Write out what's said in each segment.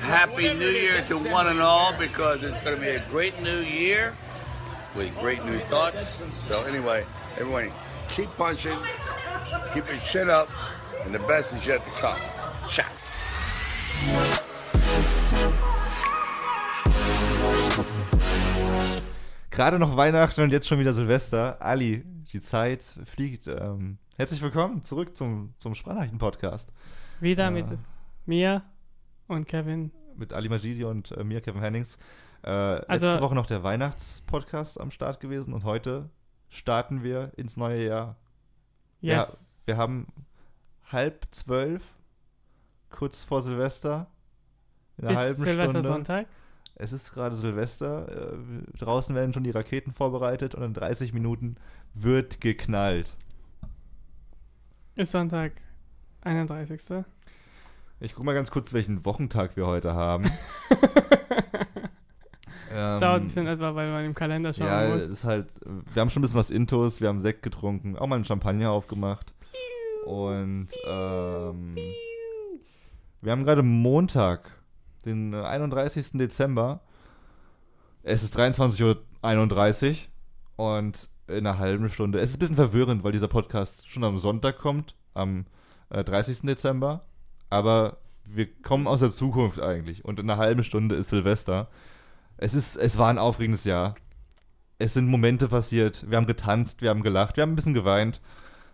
happy new year to one and all because it's going to be a great new year with great new thoughts. So, anyway, everyone, keep punching, keep your chin up, and the best is yet to come. Ciao. Gerade noch Weihnachten und jetzt schon wieder Silvester. Ali, die Zeit fliegt. Ähm, herzlich willkommen zurück zum, zum Sprachnachrichten-Podcast. Wieder Ja. mit mir und Kevin. Mit Ali Majidi und äh, mir, Kevin Hennings. Äh, letzte Also- Woche noch der Weihnachtspodcast am Start gewesen und heute starten wir ins neue Jahr. Ja, Yes. wir haben halb zwölf, kurz vor Silvester, in einer Bis halben Stunde. Silvestersonntag. Es ist gerade Silvester, äh, draußen werden schon die Raketen vorbereitet und in 30 Minuten wird geknallt. Ist Sonntag, 31. Ich guck mal ganz kurz, welchen Wochentag wir heute haben. ähm, Dauert ein bisschen etwa, weil man im Kalender schauen Ja, muss. ist halt, wir haben schon ein bisschen was Intos, wir haben Sekt getrunken, auch mal einen Champagner aufgemacht. Und ähm, wir haben gerade Montag, den 31. Dezember. Es ist 23.31 Uhr und in einer halben Stunde. Es ist ein bisschen verwirrend, weil dieser Podcast schon am Sonntag kommt, am äh, 30. Dezember. Aber wir kommen aus der Zukunft eigentlich. Und in einer halben Stunde ist Silvester. Es, ist, es war ein aufregendes Jahr. Es sind Momente passiert. Wir haben getanzt, wir haben gelacht, wir haben ein bisschen geweint.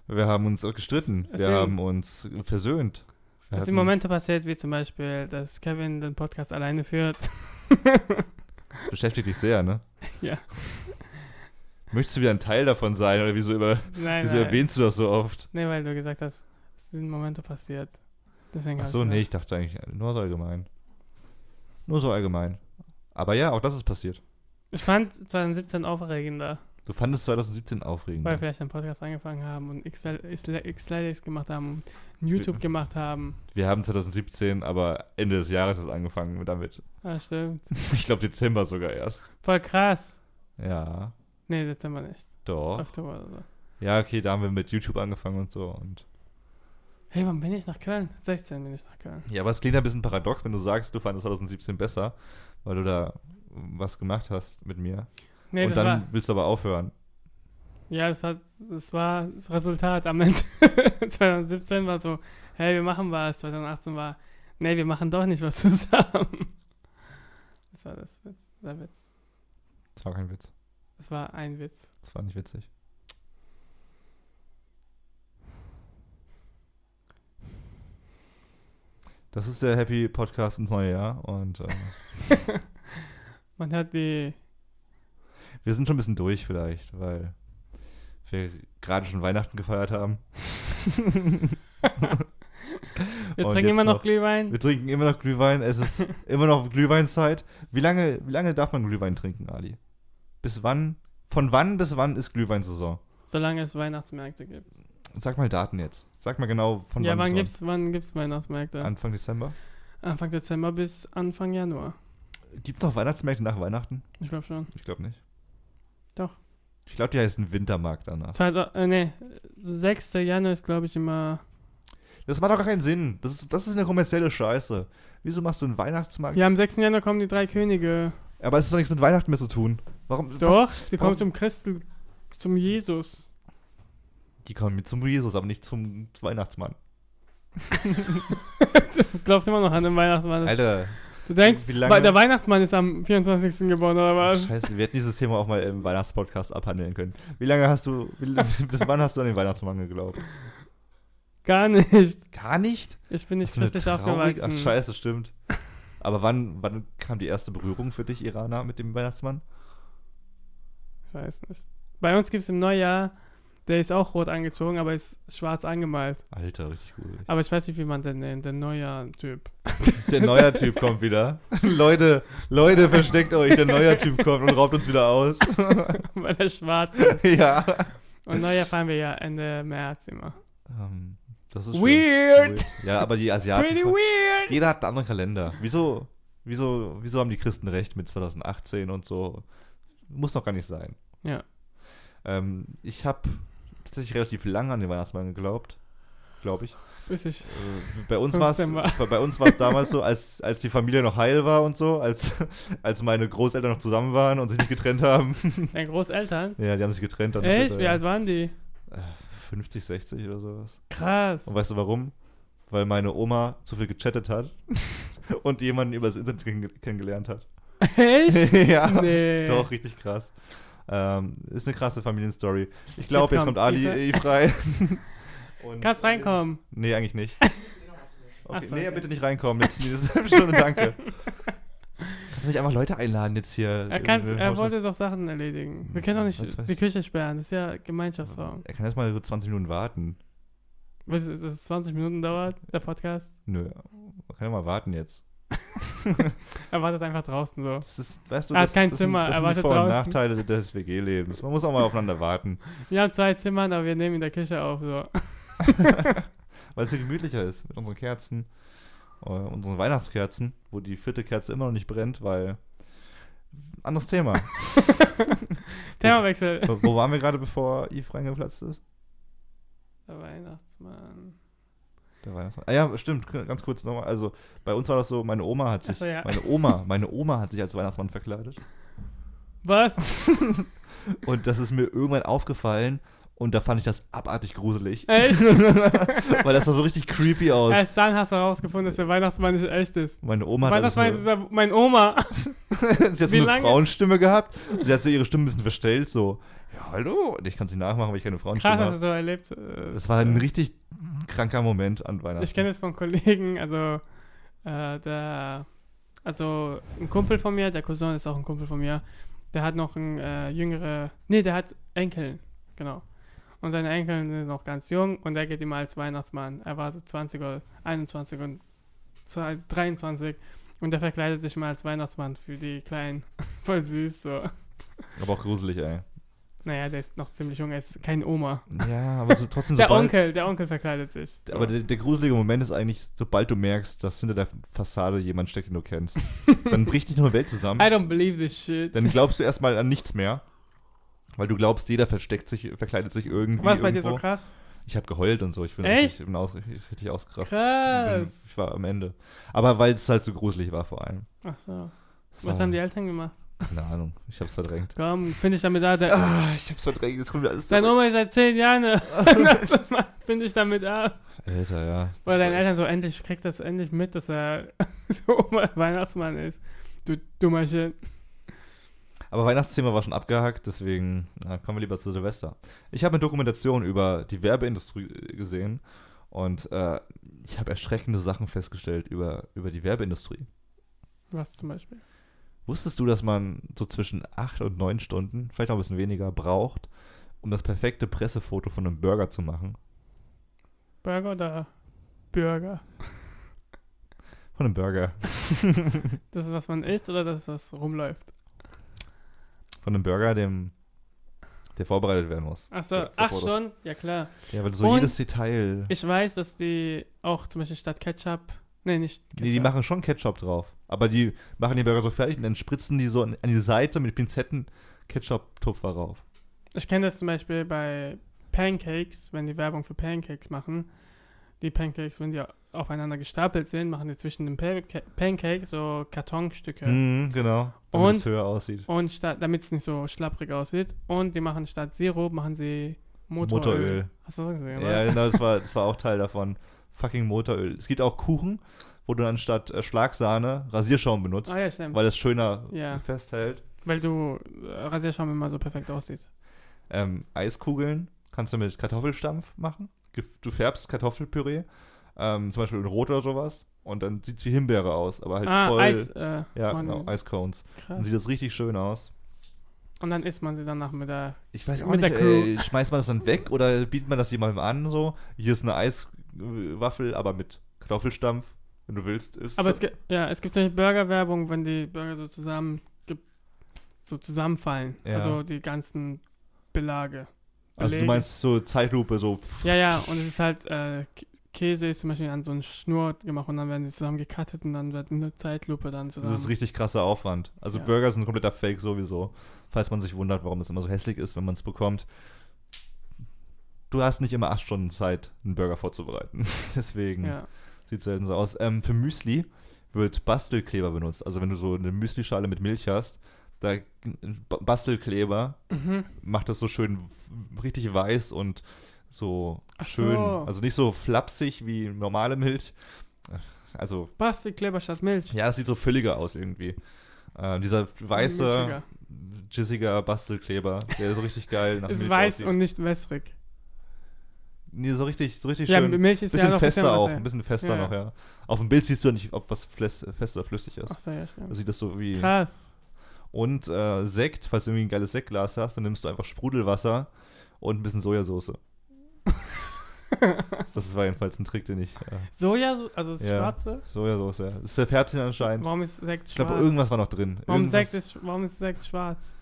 Wir haben uns gestritten, wir Deswegen- haben uns versöhnt. Wir Es sind hatten- Momente passiert, wie zum Beispiel, dass Kevin den Podcast alleine führt. Das beschäftigt dich sehr, ne? Ja. Möchtest du wieder ein Teil davon sein oder wieso, über, Nein, wieso nein. erwähnst du das so oft? Nee, weil du gesagt hast, es sind Momente passiert. Deswegen Ach hab so, ich nee, ich dachte eigentlich nur so allgemein. Nur so allgemein. Aber ja, auch das ist passiert. Ich fand 2017 aufregender, Du fandest 2017 aufregend. weil wir vielleicht einen Podcast angefangen haben und X-Lidex gemacht haben und einen YouTube gemacht haben. Wir haben 2017, aber Ende des Jahres ist angefangen damit. Ah, stimmt. Ich glaube Dezember sogar erst. Voll krass. Ja, Nee, Dezember nicht. doch. Oktober oder so. Ja, okay, da haben wir mit YouTube angefangen und so. Und Hey, wann bin ich nach Köln? 16 bin ich nach Köln. ja, aber es klingt ein bisschen paradox, wenn du sagst, du fandest 2017 besser, weil du da was gemacht hast mit mir. Nee, und das dann war. willst du aber aufhören. Ja, das, hat, das war das Resultat am Ende. 2017 war so, hey, wir machen was. 2018 war, nee, wir machen doch nicht was zusammen. Das war das Witz. Der Witz. Das war kein Witz. Das war ein Witz. Das war nicht witzig. Das ist der Happy Podcast ins neue Jahr und äh, Man hat die. wir sind schon ein bisschen durch vielleicht, weil wir gerade schon Weihnachten gefeiert haben. Wir Und trinken immer jetzt noch noch- Glühwein. Wir trinken immer noch Glühwein, es ist immer noch Glühweinzeit. Wie lange, wie lange darf man Glühwein trinken, Ali? Bis wann? Von wann bis wann ist Glühweinsaison? Solange es Weihnachtsmärkte gibt. Sag mal Daten jetzt. Sag mal genau von ja, wann wann bis gibt's, wann gibt's Weihnachtsmärkte? Anfang Dezember? Anfang Dezember bis Anfang Januar. Gibt es noch Weihnachtsmärkte nach Weihnachten? Ich glaube schon. Ich glaube nicht. Doch. Ich glaube, die heißen Wintermarkt danach. Zwei, äh, nee, 6. Januar ist, glaube ich, immer. Das macht doch gar keinen Sinn. Das ist, das ist eine kommerzielle Scheiße. Wieso machst du einen Weihnachtsmarkt? Ja, am 6. Januar kommen die drei Könige. Aber es ist doch nichts mit Weihnachten mehr zu tun. Warum? Doch, was- die kommen zum Christen, zum Jesus. Die kommen mit zum Jesus, aber nicht zum Weihnachtsmann. Du glaubst immer noch an den Weihnachtsmann. Alter, du denkst, Äh, wie lange- weil der Weihnachtsmann ist am 24. geboren, oder was? scheiße, wir hätten dieses Thema auch mal im Weihnachtspodcast abhandeln können. Wie lange hast du, wie, bis wann hast du an den Weihnachtsmann geglaubt? Gar nicht. Gar nicht? Ich bin nicht Was für eine christlich traurig- aufgewachsen. Ach, scheiße, stimmt. Aber wann, wann kam die erste Berührung für dich, Irana, mit dem Weihnachtsmann? Ich weiß nicht. Bei uns gibt es im Neujahr, der ist auch rot angezogen, aber ist schwarz angemalt. Alter, richtig cool. Aber ich weiß nicht, wie man den nennt, der Neujahr-Typ. Der neuer Typ kommt wieder. Leute, Leute, versteckt euch. Der neuer Typ kommt und raubt uns wieder aus. weil er schwarz ist. ja. Und Neujahr fahren wir ja Ende März immer. Ähm, das ist schön. Weird! Ja, aber die Asiaten. Pretty weird! Jeder hat einen anderen Kalender. Wieso, wieso, wieso haben die Christen recht mit 2018 und so? Muss doch gar nicht sein. Ja. Ähm, ich habe tatsächlich relativ lange an den Weihnachtsmann geglaubt. Glaube ich. Bis ich. Äh, Bei uns war es 15 war. bei uns war es damals so, als, als die Familie noch heil war und so, als, als meine Großeltern noch zusammen waren und sich nicht getrennt haben. Deine Großeltern? ja, die haben sich getrennt. Dann Echt? später, Wie ja. alt waren die? 50, 60 oder sowas. Krass. Und weißt du warum? Weil meine Oma zu viel gechattet hat und jemanden übers Internet kenn- kennengelernt hat. Echt? ja, Nee. doch, richtig krass. Ähm, ist eine krasse Familienstory. Ich glaube, jetzt, Jetzt kommt kommt Ali frei. Und- äh, Kannst reinkommen. Nee, eigentlich nicht. Ach Okay. so, nee, ja, okay. bitte nicht reinkommen. Jetzt in diese Stunde, danke. Kannst du mich einfach Leute einladen jetzt hier? Er, kann, in den er Podcast? wollte doch Sachen erledigen. Wir können doch nicht Was weiß die Küche sperren. Das ist ja Gemeinschaftsraum. Er kann erst mal so 20 Minuten warten. Weißt du, dass es 20 Minuten dauert, der Podcast? Nö, man kann ja mal warten jetzt. Er wartet einfach draußen so. Das ist, weißt du, Er hat das, kein das Zimmer, sind, das sind er die wartet Vor- und draußen. Nachteile des WG-Lebens. Man muss auch mal aufeinander warten, Wir haben zwei Zimmer, aber wir nehmen in der Küche auf so. weil es hier gemütlicher ist mit unseren Kerzen, äh, unseren Weihnachtskerzen, wo die vierte Kerze immer noch nicht brennt, weil anderes Thema. Themawechsel. wo, wo waren wir gerade, bevor Yves reingeplatzt ist? Der Weihnachtsmann. Der Weihnachtsmann. Ah ja, stimmt, k- ganz kurz nochmal. Also bei uns war das so, meine Oma hat sich, Ach so, ja. meine Oma, meine Oma hat sich als Weihnachtsmann verkleidet. Was? Und das ist mir irgendwann aufgefallen und da fand ich das abartig gruselig. Echt? Weil das sah so richtig creepy aus. Erst dann hast du herausgefunden, dass der Weihnachtsmann nicht echt ist. Meine Oma hat also alles Weihnachtsmann ist nur- der- mein Oma. sie hat so Wie eine lange- Frauenstimme gehabt. Sie hat so ihre Stimme ein bisschen verstellt, so, ja, hallo. Und ich kann sie nachmachen, weil ich keine Frauenstimme Krass, dass du habe. so erlebt. äh, Das war ein richtig kranker Moment an Weihnachten. Ich kenne es von Kollegen, also äh, der, also ein Kumpel von mir, der Cousin ist auch ein Kumpel von mir, der hat noch ein äh, jüngere, nee, der hat Enkeln, genau. Und seine Enkel sind noch ganz jung und er geht immer als Weihnachtsmann. Er war so 20 oder 21 und zwei- 23 und der verkleidet sich mal als Weihnachtsmann für die Kleinen. Voll süß so. Aber auch gruselig, ey. Naja, der ist noch ziemlich jung, er ist kein Oma. Ja, aber so, trotzdem Der sobald- Onkel, der Onkel verkleidet sich. So. Also Aber der, der gruselige Moment ist eigentlich, sobald du merkst, dass hinter der Fassade jemand steckt, den du kennst. Dann bricht nicht nur Welt zusammen. I don't believe this shit. Dann glaubst du erstmal an nichts mehr. Weil du glaubst, jeder versteckt sich, verkleidet sich irgendwie. War es irgendwo. bei dir so krass? Ich habe geheult und so. Ich bin, Echt? Richtig, ich bin aus, richtig, richtig ausgerastet. Bin, Krass. ich war am Ende. Aber weil es halt so gruselig war vor allem. Ach so. Es Was war, haben die Eltern gemacht? Keine Ahnung. Ich hab's verdrängt. Komm, finde ich damit ab. Der- Ah, ich hab's verdrängt. Jetzt kommt wieder alles Deine zurück. Oma ist seit zehn Jahren. Ah. ne? finde ich damit ab. Alter, ja. Oder deine Das Eltern so endlich kriegt das endlich mit, dass er so Oma Weihnachtsmann ist. Du Dummerchen. Aber Weihnachtsthema war schon abgehakt, deswegen na, kommen wir lieber zu Silvester. Ich habe eine Dokumentation über die Werbeindustrie äh, gesehen und äh, ich habe erschreckende Sachen festgestellt über, über die Werbeindustrie. Was zum Beispiel? Wusstest du, dass man so zwischen 8 und 9 Stunden, vielleicht noch ein bisschen weniger, braucht, um das perfekte Pressefoto von einem Burger zu machen? Burger oder Burger? Von einem Burger. Das ist, was man isst oder das, ist, was rumläuft? Von einem Burger, dem, der vorbereitet werden muss. Achso, Ja, acht Fotos. Stunden? Ja, klar. Ja, weil so Und- jedes Detail. Ich weiß, dass die auch zum Beispiel statt Ketchup. Nee, nicht Ketchup. Nee, die machen schon Ketchup drauf. Aber die machen den Burger so fertig und dann spritzen die so an, an die Seite mit Pinzetten Ketchup-Tupfer rauf. Ich kenne das zum Beispiel bei Pancakes, wenn die Werbung für Pancakes machen. Die Pancakes, wenn die aufeinander gestapelt sind, machen die zwischen den Panca- Pancakes so Kartonstücke. Mhm, genau. Damit Und- es höher aussieht. Und statt, damit es nicht so schlapprig aussieht. Und die machen statt Sirup, machen sie Motoröl. Motoröl. Hast du das gesehen, Ja, oder? genau, das war, das war auch Teil davon. Fucking Motoröl. Es gibt auch Kuchen, wo du dann statt äh, Schlagsahne Rasierschaum benutzt, Ah ja, stimmt. Weil, weil es schöner Ja. festhält. du äh, Rasierschaum immer so perfekt aussieht. Ähm, Eiskugeln kannst du mit Kartoffelstampf machen. Gef- Du färbst Kartoffelpüree, ähm, zum Beispiel in Rot oder sowas, und dann sieht es wie Himbeere aus, aber halt ah, voll. Eis. Äh, ja, machen genau, die. Eiscones. Dann krass. sieht das richtig schön aus. Und dann isst man sie danach mit der. Ich weiß auch Mit nicht, der Crew. ey, schmeißt man das dann weg oder bietet man das jemandem an so? Hier ist eine Eiswaffel, aber mit Kartoffelstampf, wenn du willst. Ist Aber es gibt, ja, es gibt solche Burgerwerbung, wenn die Burger so zusammen ge- so zusammenfallen. Ja. Also die ganzen Belage. also du Belege. meinst so Zeitlupe, so pff, Ja, ja, und es ist halt, äh, K- Käse ist zum Beispiel an so einen Schnur gemacht und dann werden sie zusammen gecuttet und dann wird eine Zeitlupe dann zusammen. das ist richtig krasser Aufwand. Also Ja. Burger sind kompletter Fake sowieso. Falls man sich wundert, warum das immer so hässlich ist, wenn man es bekommt. du hast nicht immer acht Stunden Zeit, einen Burger vorzubereiten. Deswegen Ja. sieht es selten so aus. Ähm, für Müsli wird Bastelkleber benutzt. Also wenn du so eine Müslischale mit Milch hast, da B- Bastelkleber Mhm. macht das so schön w- richtig weiß und so Ach schön. so. Also nicht so flapsig wie normale Milch. Also Bastelkleber statt Milch. ja, das sieht so fülliger aus irgendwie. Äh, dieser weiße, Milchiger. jizziger Bastelkleber, der so richtig geil nach Ist Milch weiß aussieht. und nicht wässrig. Nee, so richtig, so richtig Ja, schön. Milch ist bisschen ja noch ein bisschen fester auch, was, ein bisschen fester Ja. noch, ja. Auf dem Bild siehst du ja nicht, ob was fles- fester oder flüssig ist. Ach so, ja, stimmt. Da sieht das so wie. Krass. Und äh, Sekt, falls du irgendwie ein geiles Sektglas hast, dann nimmst du einfach Sprudelwasser und ein bisschen Sojasauce. das war jedenfalls ein Trick, den ich. Äh, Soja, also das Ja. Schwarze. Sojasauce, ja. Es verfärbt sich anscheinend. Warum ist Sekt schwarz? Ich glaube, irgendwas war noch drin. Warum, irgendwas Sekt ist, warum ist Sekt schwarz?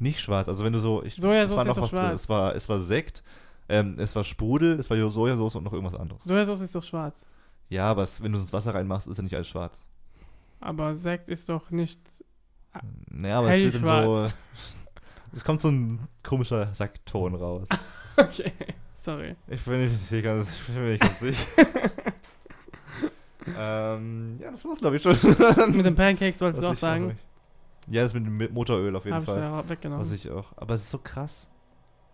nicht schwarz. Also wenn du so. Ich, Sojasauce es war noch ist doch was drin. schwarz. Es war, es war Sekt, ähm, es war Sprudel, es war Sojasauce und noch irgendwas anderes. Sojasauce ist doch schwarz. Ja, aber es, wenn du es ins Wasser reinmachst, ist ja nicht alles schwarz. Aber Sekt ist doch nicht. Naja, Hm, aber es wird dann Ah, Hellschwarz. so. Es kommt so ein komischer Sackton raus. äh, Okay, sorry. Ich bin nicht- ich bin ganz, ich bin nicht ganz sicher. ähm, ja, das war's, glaube ich, schon. Mit dem Pancake sollst du auch Was ich- was sagen. ich- Ja, das mit dem Mi- Motoröl auf jeden Habe ich Fall. ja weggenommen. Was ich auch. Aber es ist so krass.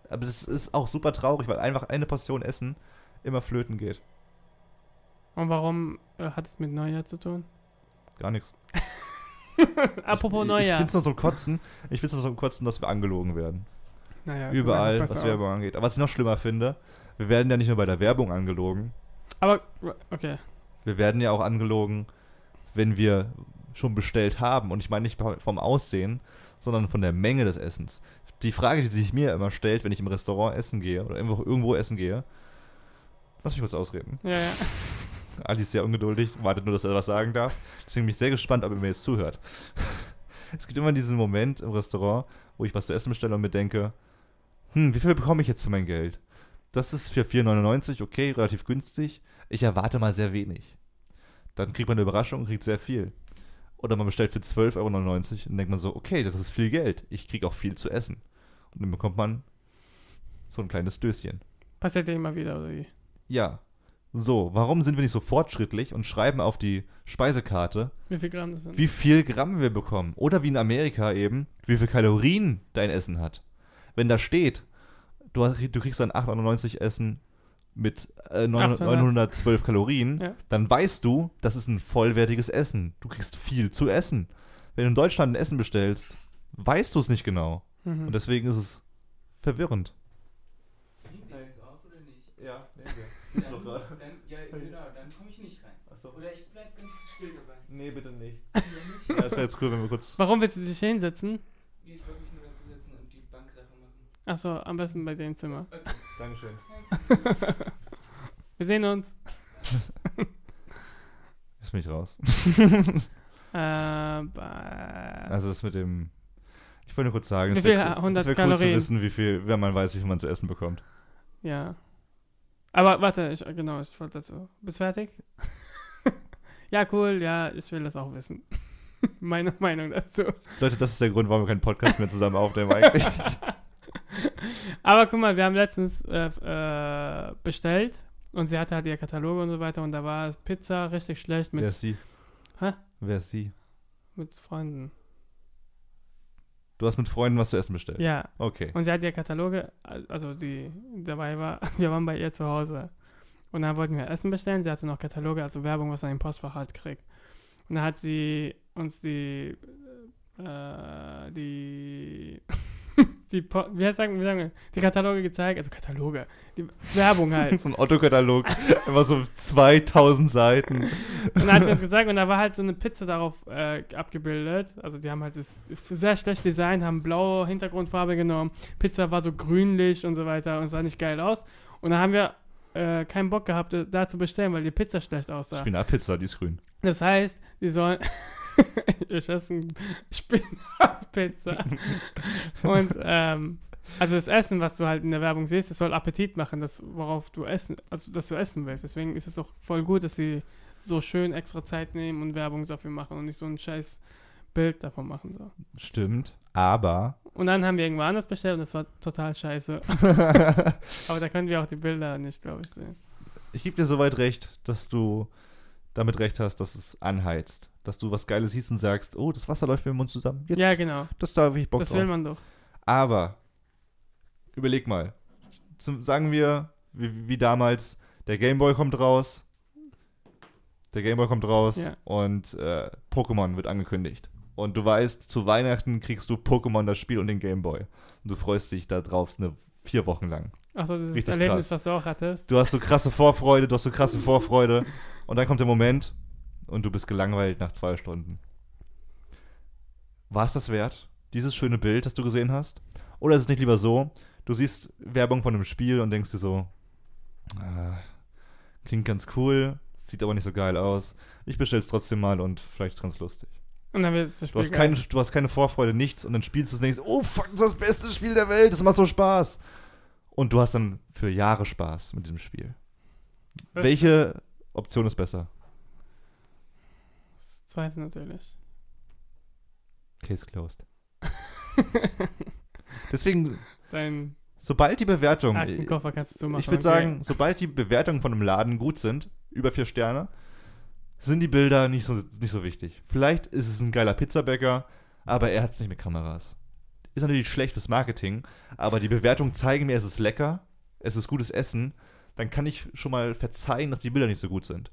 Aber das ist auch super traurig, weil einfach eine Portion Essen immer flöten geht. Und warum äh, hat es mit Neujahr zu tun? Gar nichts. Apropos ich, Ich Neujahr. find's nur so ein Kotzen. Ich find's nur so ein Kotzen, dass wir angelogen werden. Naja, sieht Überall, einfach was besser Werbung aus. angeht. Aber was ich noch schlimmer finde, wir werden ja nicht nur bei der Werbung angelogen, Aber, okay. Wir werden ja auch angelogen, wenn wir schon bestellt haben. Und ich meine nicht vom Aussehen, sondern von der Menge des Essens. Die Frage, die sich mir immer stellt, wenn ich im Restaurant essen gehe oder irgendwo, irgendwo essen gehe, lass mich kurz ausreden. Ja, ja. Ali ist sehr ungeduldig, wartet nur, dass er was sagen darf. Deswegen bin ich sehr gespannt, ob ihr mir jetzt zuhört. Es gibt immer diesen Moment im Restaurant, wo ich was zu essen bestelle und mir denke, hm, wie viel bekomme ich jetzt für mein Geld? Das ist für 4,99, okay, relativ günstig. Ich erwarte mal sehr wenig. Dann kriegt man eine Überraschung und kriegt sehr viel. Oder man bestellt für 12,99 Euro und denkt man so, okay, das ist viel Geld. Ich kriege auch viel zu essen. Und dann bekommt man so ein kleines Döschen. Passiert ja immer wieder, oder wie? Ja. So, warum sind wir nicht so fortschrittlich und schreiben auf die Speisekarte, Wie viel Gramm das sind? wie viel Gramm wir bekommen? Oder wie in Amerika eben, wie viel Kalorien dein Essen hat? Wenn da steht, du, hast- du kriegst dann 8,99 Essen mit äh, 9, 800. 912 Kalorien, Ja. dann weißt du, das ist ein vollwertiges Essen. Du kriegst viel zu essen. Wenn du in Deutschland ein Essen bestellst, weißt du es nicht genau. Mhm. Und deswegen ist es verwirrend. Nimmt ihr jetzt auf oder nicht? Ja, Dann, dann, ja, genau, dann komme ich nicht rein. Oder ich bleib ganz still dabei. Nee, bitte nicht. Oder nicht? Ja, das wäre jetzt cool, wenn wir kurz. Warum willst du dich hinsetzen? Ich wollte mich nur dazu setzen und die Banksache machen. Achso, am besten bei dem Zimmer. Dankeschön. Wir sehen uns. Ist mich raus. Äh, bei- Also das mit dem. Ich wollte nur kurz sagen, Wie es wäre viel? cool, 100 es wäre cool zu Kalorien? wissen, wie viel, wenn man weiß, wie viel man zu essen bekommt. ja. Aber warte, ich, genau, ich wollte dazu. Bist fertig? ja, cool, ja, ich will das auch wissen. Meine Meinung dazu. Leute, das ist der Grund, warum wir keinen Podcast mehr zusammen aufnehmen eigentlich. Aber guck mal, wir haben letztens äh, äh, bestellt und sie hatte halt ihr Kataloge und so weiter und da war Pizza richtig schlecht mit, Wer ist sie? Hä? Wer ist sie? mit Freunden. Du hast mit Freunden was zu essen bestellt. Ja, Okay. Und sie hat ja Kataloge, also die dabei war, wir waren bei ihr zu Hause. Und dann wollten wir Essen bestellen. Sie hatte noch Kataloge, also Werbung, was man im Postfach halt kriegt. Und dann hat sie uns die, äh, die, die, Po- wie heißt sagen, wie sagen wir, die Kataloge gezeigt, also Kataloge, die Werbung halt. so ein Otto-Katalog. Immer so 2000 Seiten. Und dann hat sie uns gesagt, und da war halt so eine Pizza darauf äh, abgebildet. Also die haben halt das sehr schlecht Design, haben blaue Hintergrundfarbe genommen. Pizza war so grünlich und so weiter und sah nicht geil aus. Und da haben wir äh, keinen Bock gehabt, äh, da zu bestellen, weil die Pizza schlecht aussah. Spinatpizza, die ist grün. Das heißt, die sollen. ich essen Spinatpizza. und ähm, also das Essen, was du halt in der Werbung siehst, das soll Appetit machen, das worauf du essen, also dass du essen willst. Deswegen ist es auch voll gut, dass sie so schön extra Zeit nehmen und Werbung dafür machen und nicht so ein scheiß Bild davon machen so. Stimmt. Aber Und dann haben wir irgendwo anders bestellt und das war total scheiße. Aber da können wir auch die Bilder nicht, glaube ich, sehen. Ich gebe dir soweit recht, dass du damit recht hast, dass es anheizt. Dass du was Geiles siehst und sagst, oh, das Wasser läuft mir im Mund zusammen. Jetzt, Ja, genau. Das da habe ich Bock Das will drauf. man doch. Aber überleg mal. Zum, sagen wir, wie, wie damals, der Gameboy kommt raus. Der Gameboy kommt raus Ja. und äh, Pokémon wird angekündigt. Und du weißt, zu Weihnachten kriegst du Pokémon das Spiel und den Gameboy. Und du freust dich da drauf, ne, vier Wochen lang. Achso, dieses Richtig Erlebnis, krass. was du auch hattest. Du hast so krasse Vorfreude, du hast so krasse Vorfreude. Und dann kommt der Moment und du bist gelangweilt nach zwei Stunden. War es das wert, dieses schöne Bild, das du gesehen hast? Oder ist es nicht lieber so, du siehst Werbung von einem Spiel und denkst dir so, ah, klingt ganz cool, sieht aber nicht so geil aus. Ich bestell's trotzdem mal und vielleicht ist ganz lustig. Und dann wird es das Du Spiel. hast, geil. keine, du hast keine Vorfreude, nichts und dann spielst du es und denkst, oh fuck, das ist das beste Spiel der Welt, das macht so Spaß. Und du hast dann für Jahre Spaß mit diesem Spiel. Das Welche Option ist besser? Das zweite natürlich. Case closed. Deswegen, Dein sobald die Bewertung, Ah, ich Aktenkoffer kannst du zumachen. würde okay. sagen, sobald die Bewertungen von einem Laden gut sind, über vier Sterne, sind die Bilder nicht so, nicht so wichtig. Vielleicht ist es ein geiler Pizzabäcker, aber er hat es nicht mit Kameras. Ist natürlich schlecht fürs Marketing, aber die Bewertungen zeigen mir, es ist lecker, es ist gutes Essen, dann kann ich schon mal verzeihen, dass die Bilder nicht so gut sind.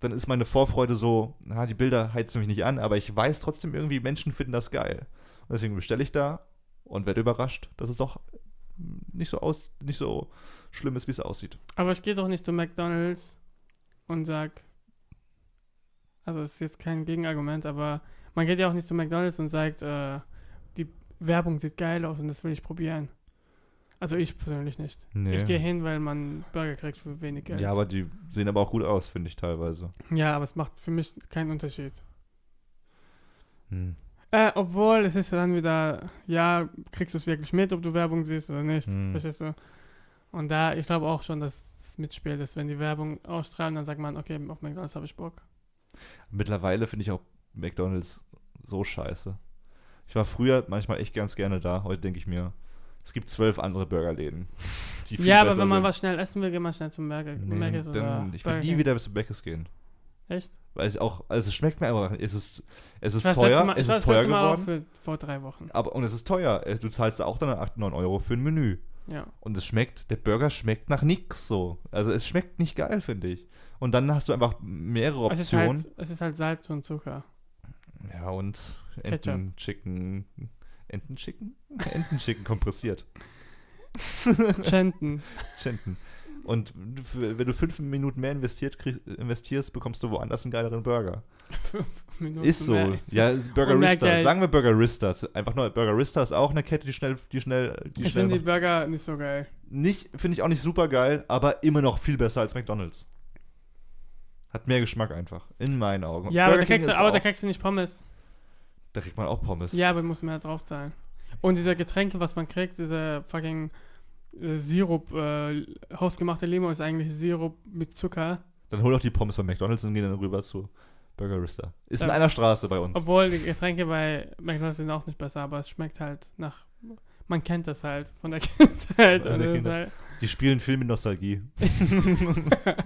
Dann ist meine Vorfreude so, na, die Bilder heizen mich nicht an, aber ich weiß trotzdem irgendwie, Menschen finden das geil. Und deswegen bestelle ich da und werde überrascht, dass es doch nicht so, aus, nicht so schlimm ist, wie es aussieht. Aber ich gehe doch nicht zu McDonalds und sag. Also, es ist jetzt kein Gegenargument, aber man geht ja auch nicht zu McDonalds und sagt, äh, die Werbung sieht geil aus und das will ich probieren. Also, ich persönlich nicht. Nee. Ich gehe hin, weil man Burger kriegt für wenig Geld. Ja, aber die sehen aber auch gut aus, finde ich teilweise. ja, aber es macht für mich keinen Unterschied. Hm. Äh, obwohl, es ist ja dann wieder, ja, kriegst du es wirklich mit, ob du Werbung siehst oder nicht, Hm. verstehst du? Und da, ich glaube auch schon, dass es mitspielt, dass wenn die Werbung ausstrahlen, dann sagt man, okay, auf McDonalds habe ich Bock. Mittlerweile finde ich auch McDonalds so scheiße. Ich war früher manchmal echt ganz gerne da. Heute denke ich mir, es gibt zwölf andere Burgerläden. Die viel ja, aber besser wenn man sind. was schnell essen will, geht man schnell zum Burger, Nee, Mc's oder dann, ich will Burger nie King. wieder zu Mc's gehen. Echt? Weil es auch, also es schmeckt mir einfach, es ist, es ist Ich war das letzte teuer, Mal- es ich ist war das teuer letzte Mal auch geworden. für, vor drei Wochen. Aber, und es ist teuer. Äh, Du zahlst da auch dann 8, 9 Euro für ein Menü. Ja. Und es schmeckt, der Burger schmeckt nach nix so. Also es schmeckt nicht geil, finde ich. Und dann hast du einfach mehrere Es ist, Optionen. halt, es ist halt Salz und Zucker. Ja, und Ketchup. Entenchicken. Entenchicken? Entenchicken kompressiert. Chenten. Chenten. Und f- wenn du fünf Minuten mehr investiert, krieg, investierst, bekommst du woanders einen geileren Burger. Minuten ist so. mehr. Ja, Burger Und halt mehr Rista. Geld. Sagen wir Burger Rista. Ist Einfach nur, Burger Rista ist auch eine Kette, die schnell, die schnell, die Ich schnell finde die macht. Burger nicht so geil. nicht, finde ich auch nicht super geil, aber immer noch viel besser als McDonalds. Hat mehr Geschmack einfach. In meinen Augen. Ja, aber, Burger da King kriegst, du, ist aber auch, da kriegst du nicht Pommes. da kriegt man auch Pommes. Ja, aber muss man ja drauf zahlen. Und diese Getränke, was man kriegt, dieser fucking äh, Sirup, äh, hausgemachte Limo ist eigentlich Sirup mit Zucker. Dann hol doch die Pommes von McDonalds und geh dann rüber zu Burger Rista. Ist in Ja. einer Straße bei uns. Obwohl die Getränke bei McDonalds sind auch nicht besser, aber es schmeckt halt nach. Man kennt das halt von der Kindheit. Von der Und das ist Kindheit. halt, Die spielen viel mit Nostalgie. so Spiel.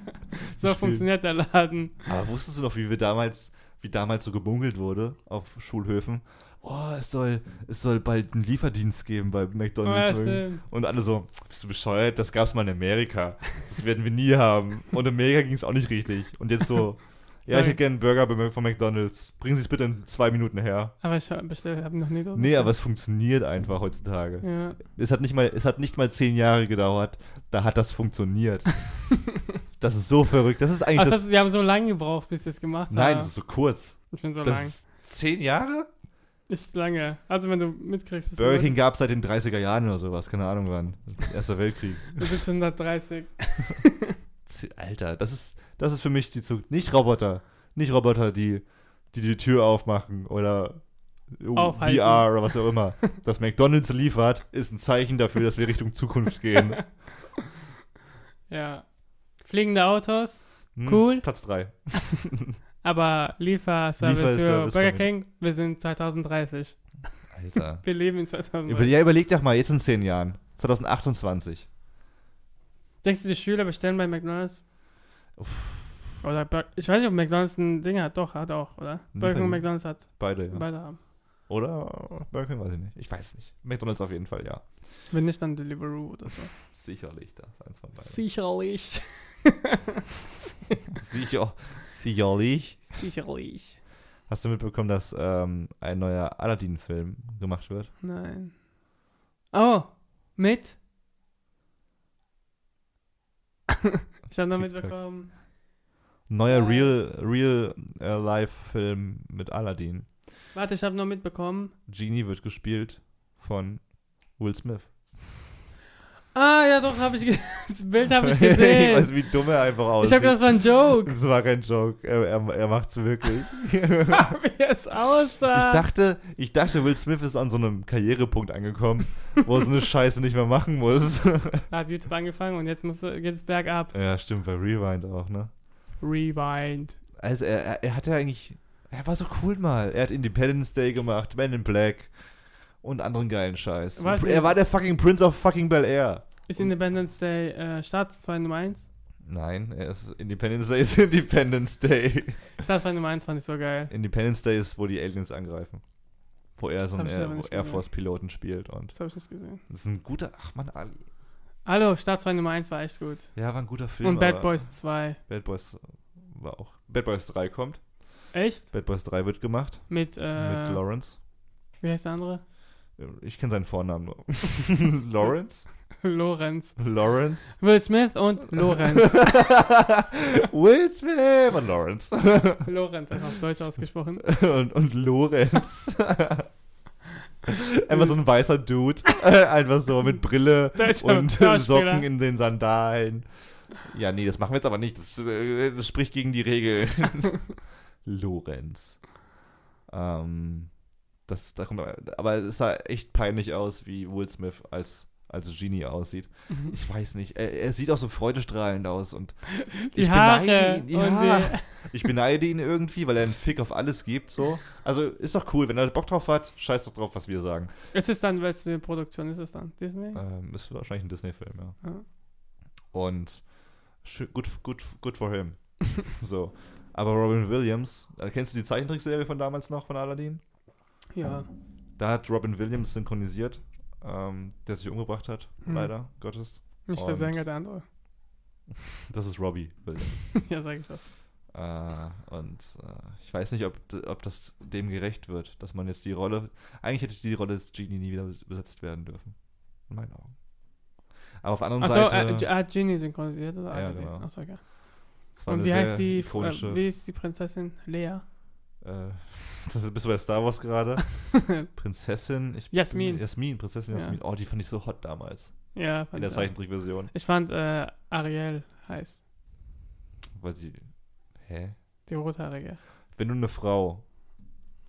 halt, funktioniert der Laden. Aber wusstest du noch, wie wir damals, wie damals so gebunkelt wurde auf Schulhöfen? Oh, es soll, es soll bald einen Lieferdienst geben bei Oh, ja, McDonalds. stimmt. und alle so, bist du bescheuert? Das gab's mal in Amerika. Das werden wir nie haben. Und in Amerika ging's auch nicht richtig. Und jetzt so, ja, ich hätte Nein. gerne einen Burger bei- von McDonalds. Bringen Sie es bitte in zwei Minuten her. Aber ich habe noch nie dort. Nee, aber es funktioniert einfach heutzutage. Ja. Es hat nicht mal, es hat nicht mal zehn Jahre gedauert. Da hat das funktioniert. das ist so verrückt. Das ist eigentlich Also, das. das, die haben so lange gebraucht, bis sie es gemacht Nein, haben. das ist so kurz. ich bin so das lang. ist zehn Jahre? Ist lange. Also, wenn du mitkriegst, ist Burger King gab es seit den 30er Jahren oder sowas. Keine Ahnung wann. Erster Weltkrieg. 1730. Ze- Alter, das ist, das ist für mich die Zukunft. Nicht Roboter. Nicht Roboter, die die, die Tür aufmachen oder Aufhalten. VR oder was auch immer. Dass McDonalds liefert, ist ein Zeichen dafür, dass wir Richtung Zukunft gehen. Ja. Fliegende Autos, Hm, Cool. Platz 3. aber Lieferservice für Lieferservice Burger von- King, wir sind 2030. Alter. Wir leben in 2000. Über, ja, überleg doch mal, jetzt in zehn Jahren. 2028. Denkst du, die Schüler bestellen bei McDonalds? Oder Bur- ich weiß nicht, ob McDonalds ein Ding hat. Doch, hat auch, oder? Nee, Burger King und nee. McDonalds hat. Beide, ja. Beide haben. Oder Burger King, weiß ich nicht. Ich weiß es nicht. McDonalds auf jeden Fall, ja. Wenn nicht, dann Deliveroo oder so. Sicherlich, das ist eins von beiden. Sicherlich. Sicher, sicherlich. Sicherlich. Hast du mitbekommen, dass ähm, ein neuer Aladdin-Film gemacht wird? Nein. Oh, mit? ich habe noch TikTok. mitbekommen. Neuer Nein. Real, Real äh, Life-Film mit Aladdin. Warte, ich habe noch mitbekommen. Genie wird gespielt von Will Smith. Ah, ja, doch, habe ich ge- das Bild habe ich ich gesehen. weiß, wie dumm er einfach ich aussieht. habe gedacht, das war ein Joke. das war kein Joke. Er, er, er macht's wirklich. Wie es Ich aussah. dachte, ich dachte, Will Smith ist an so einem Karrierepunkt angekommen, wo er so eine Scheiße nicht mehr machen muss. Da hat YouTube angefangen und jetzt muss, geht es bergab. ja, stimmt, bei Rewind auch, ne? Rewind. Also, er, er, er hat ja eigentlich. Er war so cool mal. Er hat Independence Day gemacht, Men in Black und anderen geilen Scheiß. Was? er war der fucking Prince of fucking Bel Air. Ist Independence Day äh, Staatsfeind Nummer 1? Nein, er ist Independence Day ist Independence Day. Staatsfeind Nummer 1 fand ich so geil. Independence Day ist, wo die Aliens angreifen. Wo er so Das hab einen ich selber Air, wo nicht Air gesehen. Force Piloten spielt und Das habe ich nicht gesehen. das ist ein guter, ach man, Ali. Hallo, Staatsfeind Nummer 1 war echt gut. Ja, war ein guter Film. Und Bad aber- Boys 2. Bad Boys war auch. Bad Boys 3 kommt. Echt? Bad Boys 3 wird gemacht Mit, äh, mit Lawrence. wie heißt der andere? Ich kenne seinen Vornamen nur. Lawrence? Lorenz. Lawrence? Will Smith und Lorenz. Will Smith und Lawrence. Lorenz, einfach auf Deutsch ausgesprochen. und, und Lorenz. Einfach so ein weißer Dude. Einfach so mit Brille Deutscher und Schauspieler. Socken in den Sandalen. Ja, nee, das machen wir jetzt aber nicht. Das, äh, das spricht gegen die Regeln. Lorenz. Ähm, das, da kommt, aber es sah echt peinlich aus, wie Will Smith als, als Genie aussieht. Mhm. Ich weiß nicht. Er, er sieht auch so freudestrahlend aus und Die ich Haare beneide ihn. und Ja. Ich beneide ihn irgendwie, weil er einen Fick auf alles gibt. So. Also ist doch cool, wenn er Bock drauf hat, scheiß doch drauf, was wir sagen. Ist es dann, welche Produktion ist es dann? Disney? Ähm, ist wahrscheinlich ein Disney-Film, ja. Ja. Und schö- good, good, good for him. so. Aber Robin Williams, äh, kennst du die Zeichentrickserie von damals noch, von Aladdin? Ja. Da hat Robin Williams synchronisiert, ähm, der sich umgebracht hat, Hm. leider, Gottes. Nicht der Und- Sänger, der andere. Das ist Robbie Williams. ja, sag ich doch. Äh, und äh, ich weiß nicht, ob, d- ob das dem gerecht wird, dass man jetzt die Rolle. Eigentlich hätte die Rolle des Genie nie wieder besetzt werden dürfen. In meinen Augen. Aber auf der anderen Achso, äh, Seite. G- hat Genie synchronisiert oder Ja, Aladdin? genau. Achso, okay. es war Und eine wie sehr heißt die, ikonische, äh, wie ist die Prinzessin? Lea? äh, das bist du bei Star Wars gerade? Prinzessin. Ich bin- Jasmin. Jasmin, Prinzessin Ja. Jasmin. Oh, die fand ich so hot damals. ja, In fand der ich. auch. Zeichentrickversion. Ich fand äh, Ariel heiß. Weil sie. Hä? Die rothaarige. Wenn du eine Frau.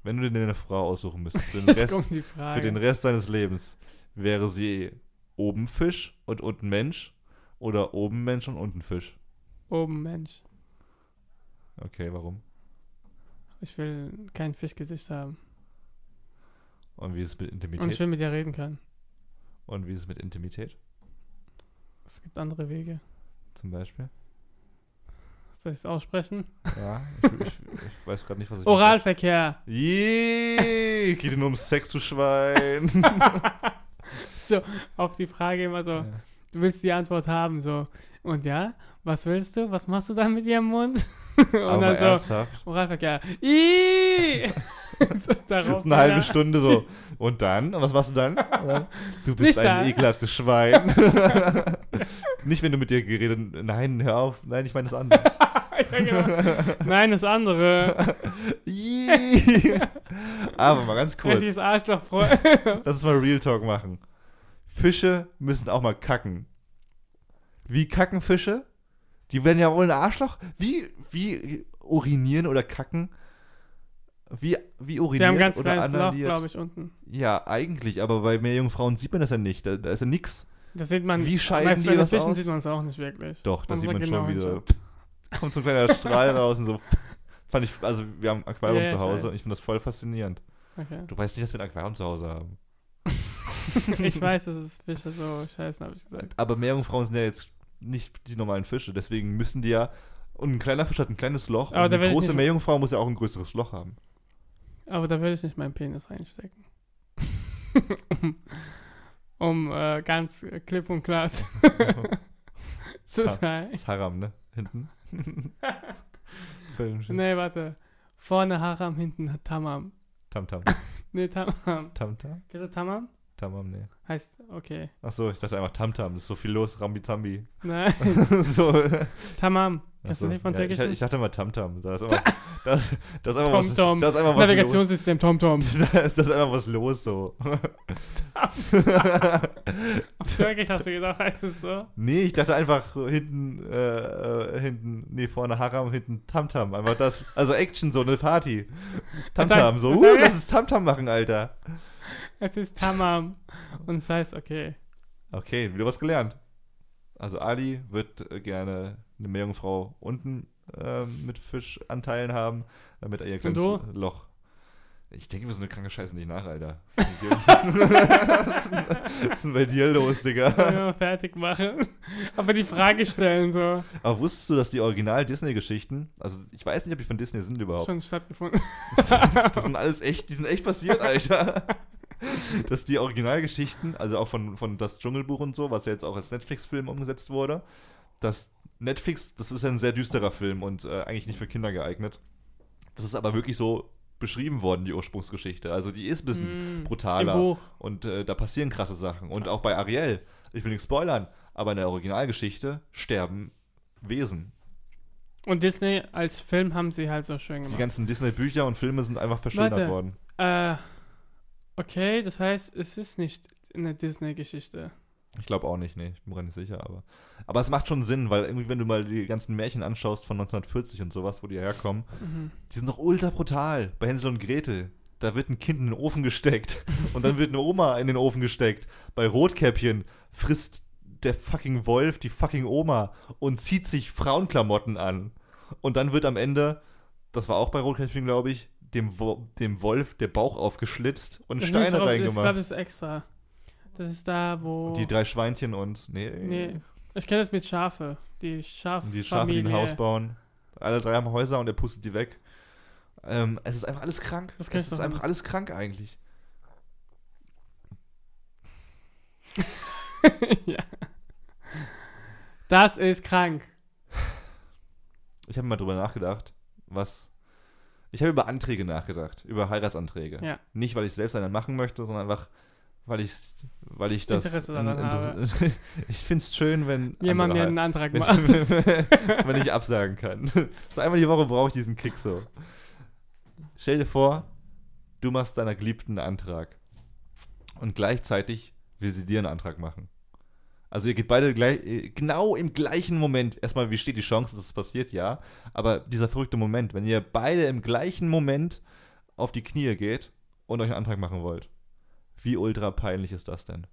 Wenn du dir eine Frau aussuchen müsstest, für den Jetzt Rest kommt die Frage. Für den Rest deines Lebens wäre sie oben Fisch und unten Mensch oder oben Mensch und unten Fisch. Oben Oh, Mensch. Okay, warum? Ich will kein Fischgesicht haben. Und wie ist es mit Und ich Intimität? will mit dir reden können. Und wie ist es mit Intimität Es gibt andere Wege. zum Beispiel? Soll ich es aussprechen? Ja, Also ich, ich, ich weiß gerade nicht, was ich. Oralverkehr. Jee, geht dir nur um Sex, du Schwein. so, auf die Frage immer so, Ja. du willst die Antwort haben, so. Und ja, was willst du? Was machst du dann mit ihrem Mund? Und Aber mal dann so, ernsthaft. Oralverkehr. Ih! so, Das darauf ist eine halbe wieder. Stunde so. Und dann? Und was machst du dann? Und dann? Du bist Nicht ein dann. ekelhaftes Schwein. nicht, wenn du mit dir geredet Nein, hör auf. Nein, ich meine das andere. ja, genau. Nein, das andere. Ih. Aber mal ganz Cool. kurz, Dieses Arschloch. Fre- lass uns mal Real Talk machen. Fische müssen auch mal kacken. Wie kacken Fische? Die werden ja wohl ein Arschloch. Wie, wie urinieren oder kacken? Wie, wie Die haben urinieren ein ganz oder kleines Loch, annaliert? glaube ich, unten. Ja, eigentlich, aber bei Meerjungfrauen sieht man das ja nicht. Da, da ist ja nix. Das sieht man. Wie bei scheiden die bei den das Fischen aus? sieht man es auch nicht wirklich. Doch, da Man sieht sagt man schon genau wieder. hinschauen. Kommt so ein kleiner Strahl raus und so. Fand ich, also wir haben Aquarium Ja, ja, zu ich Hause weiß. und ich finde das voll faszinierend. Okay. Du weißt nicht, dass wir ein Aquarium zu Hause haben. Ich weiß, dass es Fische so scheißen, habe ich gesagt. Aber Meerjungfrauen sind ja jetzt nicht die normalen Fische, deswegen müssen die ja. Und ein kleiner Fisch hat ein kleines Loch. Aber und da eine werd ich große nicht- Meerjungfrau muss ja auch ein größeres Loch haben. Aber da würde ich nicht meinen Penis reinstecken. um äh, ganz äh, klipp und klar zu zu Ta- sein. Das ist Haram, ne? Hinten. Völlig schön. Nee, warte. Vorne Haram, hinten Tamam. Tamtam. Nee, Tamam. Tamtam? Kennst du Tamam? Tamam, ne. Heißt, okay. Achso, ich dachte einfach Tamtam, ist so viel los, Rambi-Zambi. Nein, so. Tamam. Kennst Achso, du nicht von ja, ich, Türkisch? ich dachte immer Tamtam. Da ist einfach, das, das ist einfach was, TomTom. Da ist einfach was los. Navigationssystem TomTom. Da ist das einfach was los, so. Auf Türkisch hast du gedacht, heißt es so? Nee, ich dachte einfach hinten, äh, äh, hinten, nee, vorne Haram, hinten Tamtam. Einfach das, also Action, so eine Party. Das Tamtam, heißt- so, das uh, heißt- lass uns Tamtam machen, Alter. Es ist Tamam. Und es heißt, okay. Okay, wieder was gelernt. Also Ali wird äh, gerne eine Meerjungfrau unten ähm, mit Fischanteilen haben, damit er ihr Und kleines Loch. Ich denke mir so eine kranke Scheiße nicht nach, Alter. Was ist denn hier- was ist denn bei dir los, Sollen Digga? wir mal fertig machen? Aber die Frage stellen, so. Aber wusstest du, dass die Original-Disney-Geschichten, also ich weiß nicht, ob die von Disney sind überhaupt. Schon stattgefunden. das sind alles echt, die sind echt passiert, Alter. Dass die Originalgeschichten, also auch von, von Das Dschungelbuch und so, was ja jetzt auch als Netflix-Film umgesetzt wurde, dass Netflix, das ist ja ein sehr düsterer Film und äh, eigentlich nicht für Kinder geeignet. Das ist aber wirklich so beschrieben worden, die Ursprungsgeschichte. Also die ist ein bisschen Mm, brutaler. Im Buch. Und äh, da passieren krasse Sachen. Und auch bei Ariel, ich will nichts spoilern, aber in der Originalgeschichte sterben Wesen. Und Disney als Film haben sie halt so schön Die gemacht. ganzen Disney-Bücher und Filme sind einfach verschönert Leute, worden. Äh, okay, das heißt, es ist nicht eine Disney-Geschichte. Ich glaube auch nicht, nee, ich bin mir gar nicht sicher, aber. Aber es macht schon Sinn, weil irgendwie, wenn du mal die ganzen Märchen anschaust von 1940 und sowas, wo die herkommen, Mhm. die sind doch ultra brutal. Bei Hänsel und Gretel, da wird ein Kind in den Ofen gesteckt und dann wird eine Oma in den Ofen gesteckt. Bei Rotkäppchen frisst der fucking Wolf die fucking Oma und zieht sich Frauenklamotten an. Und dann wird am Ende, das war auch bei Rotkäppchen, glaube ich, dem, Wo dem Wolf der Bauch aufgeschlitzt und Das ist Steine nicht, ob- Ich glaube, reingemacht. das ist extra. Das ist da, wo. Und die drei Schweinchen und. Nee. nee, ich kenne das mit Schafe. Die Und Schaffamilie. die Schafe, die ein Haus bauen. Alle drei haben Häuser und er pustet die weg. Ähm, es ist einfach alles krank. Das kann es ich ist doch einfach nicht. alles krank eigentlich. ja. Das ist krank. Ich habe mal drüber nachgedacht, was. Ich habe über Anträge nachgedacht, über Heiratsanträge. Ja. Nicht, weil ich selbst einen machen möchte, sondern einfach, weil ich, weil ich das. Interesse daran habe. ich finde es schön, wenn. Jemand andere mir halt. einen Antrag wenn, macht. wenn ich absagen kann. So einmal die Woche brauche ich diesen Kick so. Stell dir vor, du machst deiner Geliebten einen Antrag. Und gleichzeitig will sie dir einen Antrag machen. Also ihr geht beide gleich, äh, genau im gleichen Moment. Erstmal, wie steht die Chance, dass es passiert? Ja. Aber dieser verrückte Moment, wenn ihr beide im gleichen Moment auf die Knie geht und euch einen Antrag machen wollt. Wie ultra peinlich ist das denn?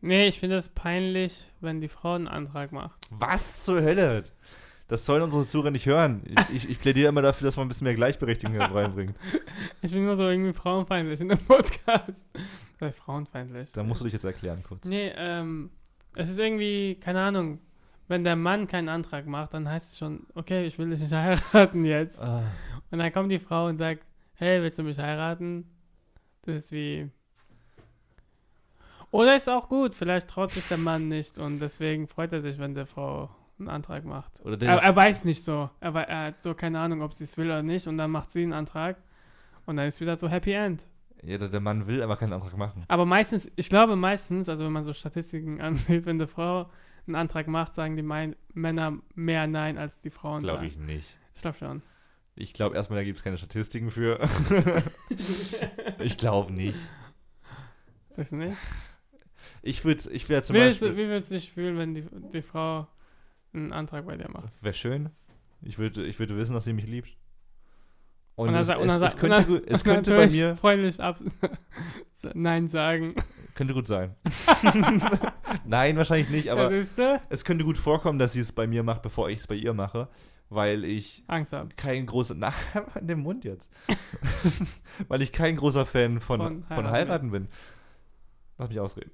Nee, ich finde es peinlich, wenn die Frau einen Antrag macht. Was zur Hölle? Das sollen unsere Zuhörer nicht hören. Ich, ich, ich plädiere immer dafür, dass man ein bisschen mehr Gleichberechtigung hier reinbringt. Ich bin immer so irgendwie frauenfeindlich in dem Podcast. Sei frauenfeindlich. Da musst du dich jetzt erklären kurz. Nee, ähm, es ist irgendwie, keine Ahnung, wenn der Mann keinen Antrag macht, dann heißt es schon, okay, ich will dich nicht heiraten jetzt. Ah, Und dann kommt die Frau und sagt, hey, willst du mich heiraten? Das ist wie. Oder ist auch gut, vielleicht traut sich der Mann nicht und deswegen freut er sich, wenn der Frau einen Antrag macht. oder Er, der, er weiß nicht so. Er, wei- er hat so keine Ahnung, ob sie es will oder nicht und dann macht sie einen Antrag und dann ist wieder so Happy End. ja, der der Mann will aber keinen Antrag machen. Aber meistens, ich glaube meistens, also wenn man so Statistiken ansieht, wenn eine Frau einen Antrag macht, sagen die mein, Männer mehr Nein als die Frauen. Glaube sagen. ich nicht. Ich glaube schon. Ich glaube erstmal, da gibt es keine Statistiken für. ich glaube nicht. Ist nicht? Ich würde ich wär zum Wie würdest, du- Beispiel... wie würdest du dich fühlen, wenn die, die Frau einen Antrag bei dir macht? Wäre schön. Ich würde ich würde wissen, dass sie mich liebt. Und, Und dann es, sa- und dann es, es sa- könnte, und gut- es Und könnte bei natürlich mir... freundlich ab Nein sagen. Könnte gut sein. Nein, wahrscheinlich nicht, aber... Aber, das ist, äh, es könnte gut vorkommen, dass sie es bei mir macht, bevor ich es bei ihr mache. weil ich Angst habe. kein großer. Na, hör mal in den Mund jetzt. weil ich kein großer Fan von, Von von, heiraten heiraten, bin. Lass mich ausreden.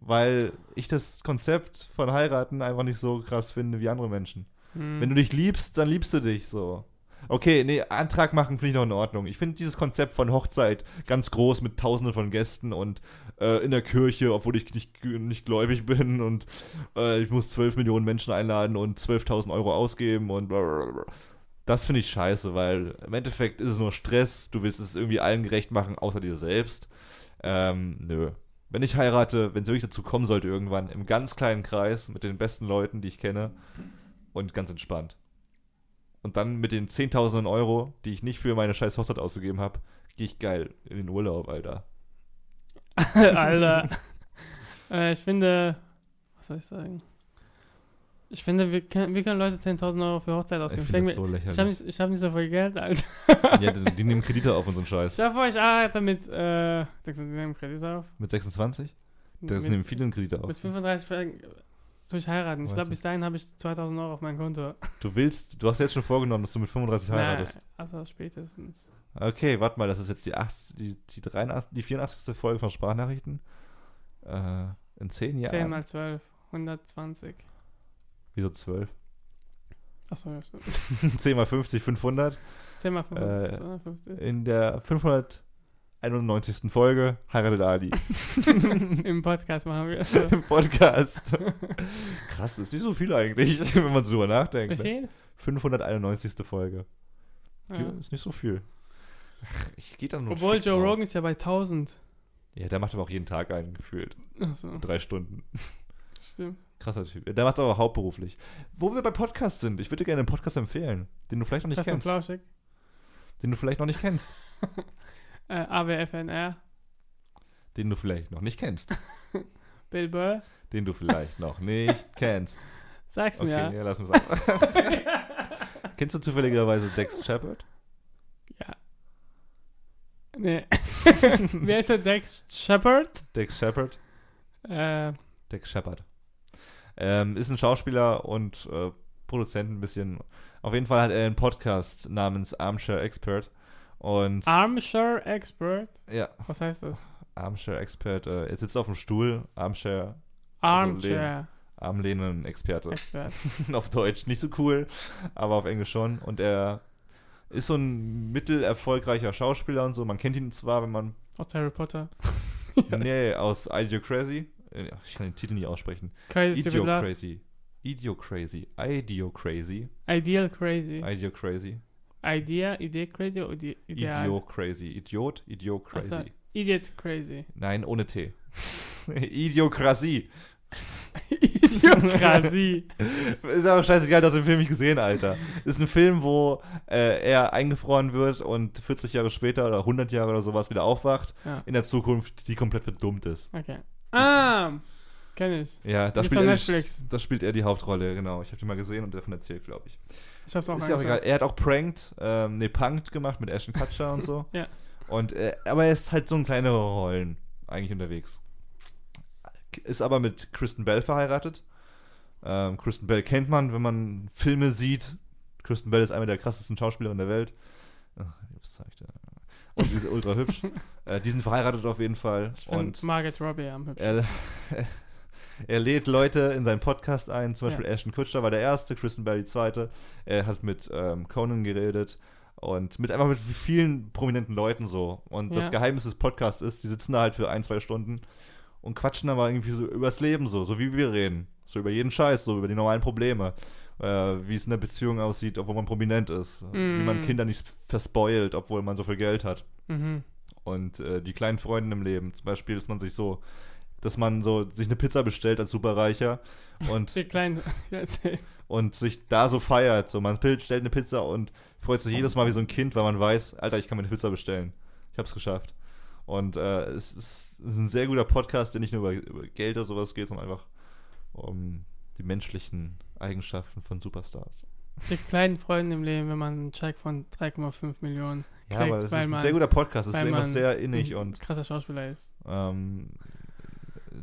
weil ich das Konzept von heiraten einfach nicht so krass finde wie andere Menschen. Hm. Wenn du dich liebst, dann liebst du dich so. Okay, nee, Antrag machen finde ich noch in Ordnung. Ich finde dieses Konzept von Hochzeit ganz groß mit tausenden von Gästen und äh, in der Kirche, obwohl ich nicht, nicht gläubig bin und äh, ich muss 12 Millionen Menschen einladen und 12.000 Euro ausgeben und blablabla. Das finde ich scheiße, weil im Endeffekt ist es nur Stress. Du willst es irgendwie allen gerecht machen, außer dir selbst. Ähm, nö. Wenn ich heirate, wenn es wirklich dazu kommen sollte irgendwann, im ganz kleinen Kreis mit den besten Leuten, die ich kenne und ganz entspannt. Und dann mit den 10.000 Euro, die ich nicht für meine scheiß Hochzeit ausgegeben habe, gehe ich geil in den Urlaub, Alter. Alter. äh, ich finde, was soll ich sagen? Ich finde, wir können, wir können Leute 10.000 Euro für Hochzeit ausgeben. Ich, find denk mir, so ich habe lächerlich. nicht, ich hab nicht so viel Geld, Alter. ja, die, die nehmen Kredite auf und so einen Scheiß. Stell dir vor, ich arbeite mit, äh, denkst du, sie nehmen Kredit auf? Mit 26? Das mit, nehmen viele einen Kredit auf. Mit 35 Fragen tue ich heiraten. Ich Weiß glaube, ich. bis dahin habe ich 2000 Euro auf meinem Konto. Du willst, du hast jetzt schon vorgenommen, dass du mit 35 heiratest. Na, also spätestens. Okay, warte mal, das ist jetzt die, 8, die, die, 83, die 84. Folge von Sprachnachrichten. Äh, in 10 Jahren. 10 mal 12, 120. Wieso 12? Achso, ja, stimmt. 10 mal 50, 500. 10 mal Äh, 550, 250. In der 591. Folge heiratet Ali Im Podcast machen wir. Also, im Podcast. Krass, ist nicht so viel eigentlich, wenn man so drüber nachdenkt. wie Ne? viel? 591. Folge. Ja, Ja. Ist nicht so viel. Ach, Ich gehe dann nur. Obwohl fix Joe drauf. Rogan ist ja bei 1000. Ja, der macht aber auch jeden Tag einen gefühlt. Achso, Drei Stunden. stimmt. Krasser Typ. Der macht es aber hauptberuflich. Wo wir bei Podcasts sind, ich würde dir gerne einen Podcast empfehlen, den du vielleicht noch nicht Fast und kennst. flauschig. Den du vielleicht noch nicht kennst. Äh, AWFNR, Den du vielleicht noch nicht kennst. Bill Burr. Den du vielleicht noch nicht kennst. Sag's Okay, ja, mir. lassen wir es Kennst du zufälligerweise Dex Shepard? Nee. Wer ist der Dex Shepard? Dex Shepard? Äh, Dex Shepard. Ähm, ist ein Schauspieler und äh, Produzent ein bisschen. Auf jeden Fall hat er einen Podcast namens Armchair Expert. Und Armchair Expert. ja, Was heißt Also das? Armchair Expert, äh, er sitzt auf dem Stuhl, Armchair, Armchair Armlehnen-Experte. Expert. auf Deutsch nicht so cool, aber auf Englisch schon. Und er ist so ein mittelerfolgreicher Schauspieler und so. Man kennt ihn zwar, wenn man Aus Harry Potter. Nee, aus Idiocracy. Äh, Ich kann den Titel nie aussprechen. Crazy Stupid Love. Idiocrazy. Idiocrazy. Idiocrazy. Ideal Crazy. Idiocrazy. Idea, Idee Crazy oder Ide Ideal? Idiocrazy. Idiot, Idiocrazy. Ach so. Idiot Crazy. Nein, ohne T. Idiokrasie. Idiokrasie. Ist aber scheißegal, dass den Film nicht gesehen, Alter. Ist ein Film, wo äh, er eingefroren wird und 40 Jahre später oder 100 Jahre oder sowas wieder aufwacht. Ja. In der Zukunft, die komplett verdummt ist. Okay. Ah, kenn ich. Ja, da Gibt's spielt, auf er Netflix. die, da spielt er die Hauptrolle, genau. Ich habe den mal gesehen und davon erzählt, glaube ich. Ich hab's auch ist ja auch egal. angeschaut. Er hat auch Pranked, ähm, nee, Punked gemacht mit Ashton Kutcher und so. Ja. Und, äh, aber er ist halt so ein kleinere Rollen eigentlich unterwegs. Ist aber mit Kristen Bell verheiratet. Ähm, Kristen Bell kennt man, wenn man Filme sieht. Kristen Bell ist eine der krassesten Schauspielerinnen der Welt. Ach, was sag ich da? Und sie ist ultra hübsch. Äh, die sind verheiratet auf jeden Fall. Ich und find Margaret Robbie am hübschen. er, er lädt Leute in seinen Podcast ein, zum Beispiel Ashton Kutcher war der erste, Kristen Bell die zweite. Er hat mit ähm, Conan geredet und mit einfach mit vielen prominenten Leuten so. Und Ja. das Geheimnis des Podcasts ist, die sitzen da halt für ein, zwei Stunden und quatschen aber irgendwie so übers Leben so, so wie wir reden. So über jeden Scheiß, so über die normalen Probleme. Äh, wie es in der Beziehung aussieht, obwohl man prominent ist. Wie man Mm. Kinder nicht verspoilt, obwohl man so viel Geld hat Mhm. und äh, die kleinen Freuden im Leben. Zum Beispiel, dass man sich so, dass man so sich eine Pizza bestellt als Superreicher und, Die kleinen. Ja, erzähl. und sich da so feiert. So, man bild- stellt eine Pizza und freut sich jedes Mal wie so ein Kind, weil man weiß, Alter, ich kann mir eine Pizza bestellen. Ich hab's geschafft. Und äh, es, ist, es ist ein sehr guter Podcast, der nicht nur über, über Geld oder sowas geht, sondern einfach um die menschlichen Eigenschaften von Superstars. die kleinen Freunde im Leben, wenn man einen Check von 3,5 Millionen Ja, kriegt, aber es ist weil ein man, sehr guter Podcast. Es ist weil immer man Mhm. sehr innig ein und krasser Schauspieler ist. ähm,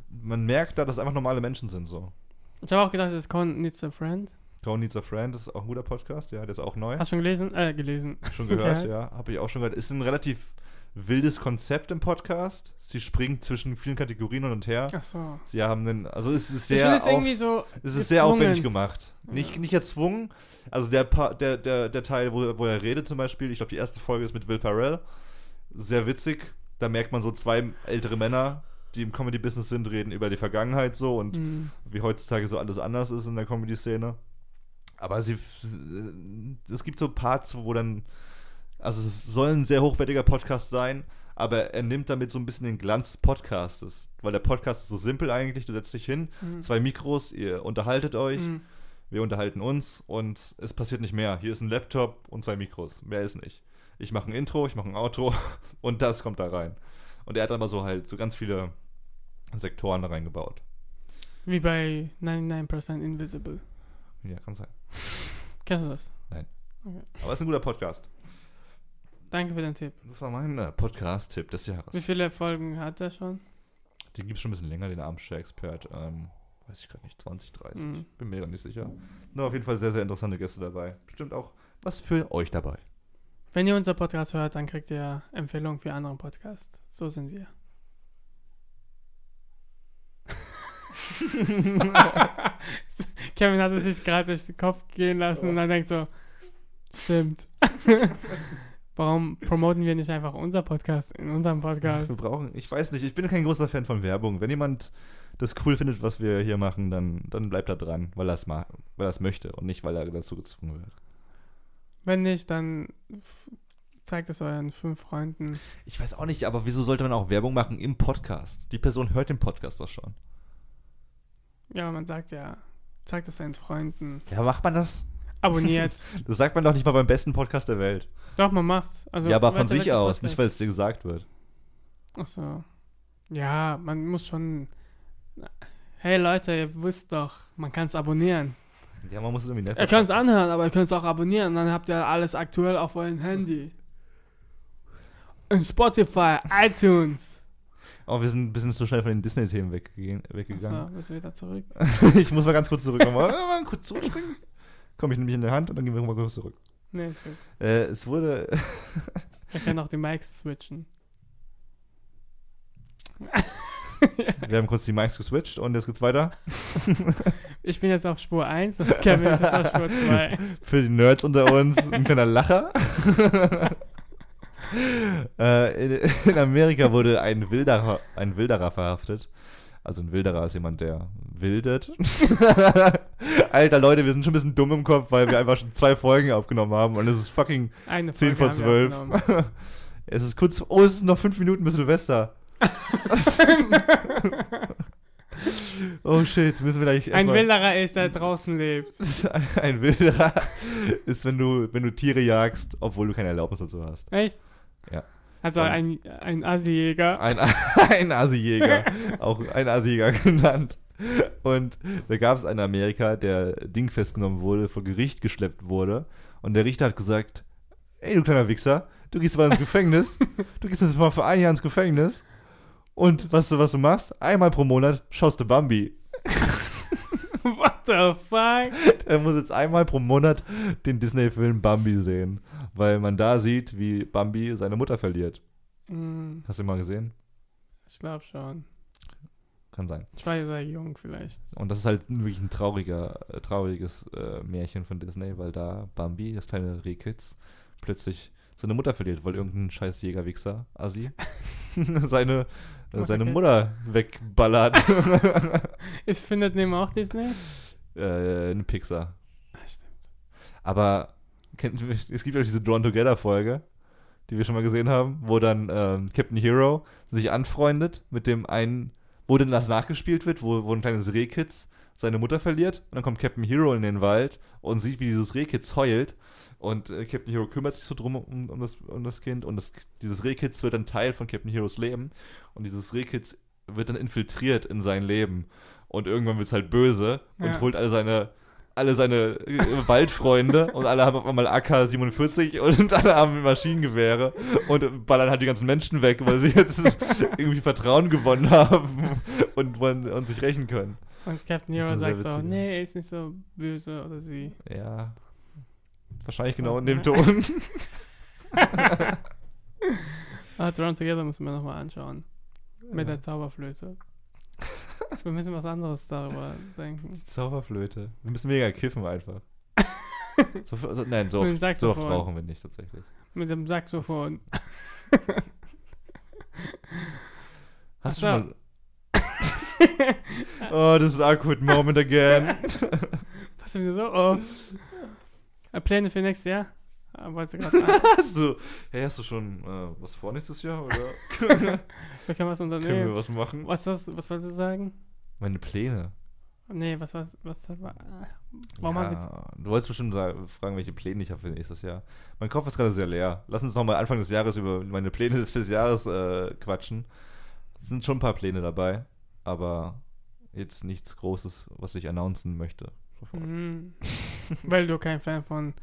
man merkt da, dass einfach normale Menschen sind so. Ich habe auch gedacht, es ist Con Needs a Friend. Crown Needs a Friend ist auch ein guter Podcast, ja, der ist auch neu. Hast du schon gelesen? Äh, gelesen. Schon gehört, Okay. ja. Habe ich auch schon gehört. Ist ein relativ wildes Konzept im Podcast. Sie springen zwischen vielen Kategorien hin und her. Ach so. Sie haben einen, also es ist ich finde sehr, es auf, irgendwie so. es ist sehr aufwendig gezwungen. gemacht. Nicht, nicht erzwungen. Also der, Pa- der, der, der Teil, wo, wo er redet zum Beispiel, ich glaube, die erste Folge ist mit Will Ferrell. Sehr witzig. Da merkt man so zwei ältere Männer, die im Comedy-Business sind, reden über die Vergangenheit so und Mhm. wie heutzutage so alles anders ist in der Comedy-Szene. Aber sie, es gibt so Parts, wo dann, also es soll ein sehr hochwertiger Podcast sein, aber er nimmt damit so ein bisschen den Glanz des Podcastes. Weil der Podcast ist so simpel eigentlich, du setzt dich hin, zwei Mikros, ihr unterhaltet euch, Mhm. wir unterhalten uns und es passiert nicht mehr. Hier ist ein Laptop und zwei Mikros, mehr ist nicht. Ich mache ein Intro, ich mache ein Outro und das kommt da rein. Und er hat aber so halt so ganz viele Sektoren da reingebaut. Wie bei 99% Invisible. Ja, kann sein. Kennst du das? Aber es ist ein guter Podcast. Danke für den Tipp. Das war mein äh, Podcast-Tipp des Wie Jahres. viele Folgen hat er schon? Den gibt es schon ein bisschen länger, den Armchair-Expert. Ähm, weiß ich gerade nicht, 20, 30. Mhm. Bin mir gar nicht sicher. Nur auf jeden Fall sehr, sehr interessante Gäste dabei. Bestimmt auch was für euch dabei. Wenn ihr unser Podcast hört, dann kriegt ihr Empfehlungen für andere Podcasts. So sind wir. Kevin hat es sich gerade durch den Kopf gehen lassen und dann denkt so, stimmt. Warum promoten wir nicht einfach unser Podcast in unserem Podcast? Wir brauchen, ich weiß nicht, ich bin kein großer Fan von Werbung. Wenn jemand das cool findet, was wir hier machen, dann, dann bleibt er dran, weil er es ma- weil er es möchte und nicht, weil er dazu gezwungen wird. Wenn nicht, dann f- zeigt es euren fünf Freunden. Ich weiß auch nicht, aber wieso sollte man auch Werbung machen im Podcast? Die Person hört den Podcast doch schon. Ja, man sagt ja, zeigt es seinen Freunden. Ja, macht man das? Abonniert. Das sagt man doch nicht mal beim besten Podcast der Welt. Doch, man macht's. Also, ja, aber weißt von du, sich welcher aus, Podcast? nicht weil es dir gesagt wird. Ach so. Ja, man muss schon. Hey Leute, ihr wisst doch, man kann es abonnieren. Ja, man muss es irgendwie nett Ihr könnt es anhören, aber ihr könnt es auch abonnieren. Und dann habt ihr alles aktuell auf eurem Handy. In Spotify, iTunes. Oh, wir sind ein bisschen zu schnell von den Disney-Themen weggegangen. Achso, weggegangen. bist du wieder zurück? ich muss mal ganz kurz zurück. Mal, mal kurz zurückspringen. Komm, ich nehme mich in der Hand und dann gehen wir mal kurz zurück. Nee, ist gut. Äh, es wurde. Wir können auch die Mics switchen. wir haben kurz die Mics geswitcht und jetzt geht's weiter. Ich bin jetzt auf Spur 1 und Kevin ist auf Spur 2. Für die Nerds unter uns ein kleiner Lacher. äh, in, in Amerika wurde ein Wilderer, ein Wilderer verhaftet. Also ein Wilderer ist jemand, der wildet. Alter Leute, wir sind schon ein bisschen dumm im Kopf, weil wir einfach schon zwei Folgen aufgenommen haben und es ist fucking Eine 10 Folge vor haben wir 12. aufgenommen. es ist kurz, oh, es sind noch fünf Minuten bis Silvester. oh shit, müssen wir gleich Ein erstmal- Wilderer ist, der draußen lebt. Ein Wilderer ist, wenn du, wenn du Tiere jagst, obwohl du keine Erlaubnis dazu hast. Echt? Ja. Also Dann- ein, ein Assi-Jäger. Ein, ein Assi-Jäger, auch ein Assi-Jäger genannt. Und da gab es einen in Amerika, der Ding festgenommen wurde, vor Gericht geschleppt wurde. Und der Richter hat gesagt: Ey, du kleiner Wichser, du gehst mal ins Gefängnis. Du gehst jetzt mal für ein Jahr ins Gefängnis. Und was du, was du machst? Einmal pro Monat schaust du Bambi. What the fuck? Er muss jetzt einmal pro Monat den Disney-Film Bambi sehen, weil man da sieht, wie Bambi seine Mutter verliert. Hm, Hast du ihn mal gesehen? ich glaube schon. Kann sein. Ich war ja sehr jung vielleicht. Und das ist halt wirklich ein trauriger, äh, trauriges äh, Märchen von Disney, weil da Bambi, das kleine Rehkitz, plötzlich seine Mutter verliert, weil irgendein scheiß Jägerwichser, Assi, seine, äh, seine Mutter wegballert. Ist findet neben auch Disney? äh, in Pixar. Ah, stimmt. Aber kennt, es gibt ja diese Drawn Together Folge, die wir schon mal gesehen haben, wo dann ähm, Captain Hero sich anfreundet mit dem einen, wo dann das nachgespielt wird, wo, wo ein kleines Rehkitz seine Mutter verliert und dann kommt Captain Hero in den Wald und sieht, wie dieses Rehkitz heult und äh, Captain Hero kümmert sich so drum um, um, das, um das Kind und das, dieses Rehkitz wird dann Teil von Captain Heroes Leben und dieses Rehkitz wird dann infiltriert in sein Leben und irgendwann wird es halt böse und Ja. holt alle seine alle seine äh, Waldfreunde und alle haben auf einmal AK-47 und alle haben Maschinengewehre und ballern halt die ganzen Menschen weg, weil sie jetzt irgendwie Vertrauen gewonnen haben und, wollen, und sich rächen können. Und Captain Das Hero ist eine sagt sehr so, witzige. nee, er ist nicht so böse oder sie. Ja. Wahrscheinlich genau in dem Ton. Ah, Drawn Together müssen wir nochmal anschauen. Mit Ja. der Zauberflöte. wir müssen was anderes darüber denken. Die Zauberflöte. Wir müssen mega kiffen einfach. so, so, nein, so Mit dem oft, so oft Saxophon. brauchen wir nicht tatsächlich. Mit dem Saxophon. Hast du Ach schon mal... oh, this is awkward moment again. Pass mir so oh. auf. Äh, Pläne für nächstes Jahr? Ah, Wolltest du gerade hast du, hey, hast du schon äh, was vor nächstes Jahr oder Wir können was können wir unternehmen. was machen? Was, das, was sollst du sagen? Meine Pläne. Nee, was was was das war. ah, Warum hast du jetzt. du wolltest bestimmt sagen, fragen, welche Pläne ich habe für nächstes Jahr. Mein Kopf ist gerade sehr leer. Lass uns nochmal Anfang des Jahres über meine Pläne des des Jahres äh, quatschen. Es sind schon ein paar Pläne dabei, aber jetzt nichts Großes, was ich announcen möchte. Sofort. Mhm. Weil du kein Fan von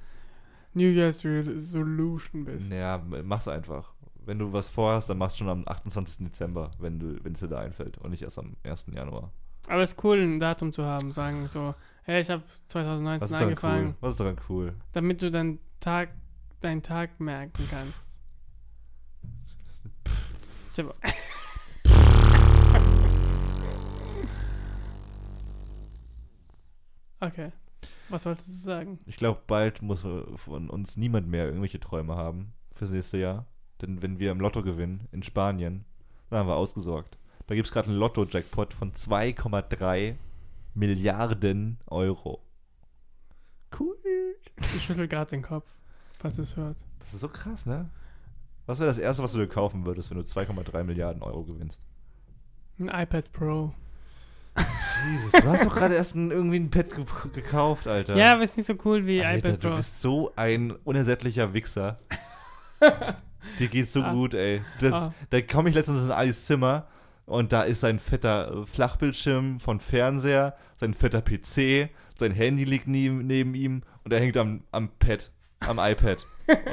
New Year's Resolution bist. Ja, m- mach's einfach. Wenn du was vorhast, dann mach's schon am 28. Dezember, wenn du, wenn es dir da einfällt und nicht erst am 1. Januar. Aber es ist cool, ein Datum zu haben. Sagen so, hey, ich habe 2019 Was ist daran angefangen. cool? Was ist daran cool? Damit du deinen Tag, deinen Tag merken kannst. Ich hab, okay. Was wolltest du sagen? Ich glaube, bald muss äh, von uns niemand mehr irgendwelche Träume haben fürs nächste Jahr. Denn wenn wir im Lotto gewinnen in Spanien, dann haben wir ausgesorgt. Da gibt es gerade einen Lotto-Jackpot von 2,3 Milliarden Euro. Cool. Ich schüttel gerade den Kopf, falls es hört. Das ist so krass, ne? Was wäre das Erste, was du dir kaufen würdest, wenn du 2,3 Milliarden Euro gewinnst? Ein iPad Pro. Jesus, du hast doch gerade erst ein, irgendwie ein Pad ge gekauft, Alter. Ja, aber ist nicht so cool wie Alter, iPad du Pro. bist so ein unersättlicher Wichser. Dir geht's so Ah. gut, ey. Das, Ah. Da komme ich letztens in Alis Zimmer und da ist sein fetter äh, Flachbildschirm von Fernseher, sein fetter PC, sein Handy liegt nie, neben ihm und er hängt am, am Pad, am iPad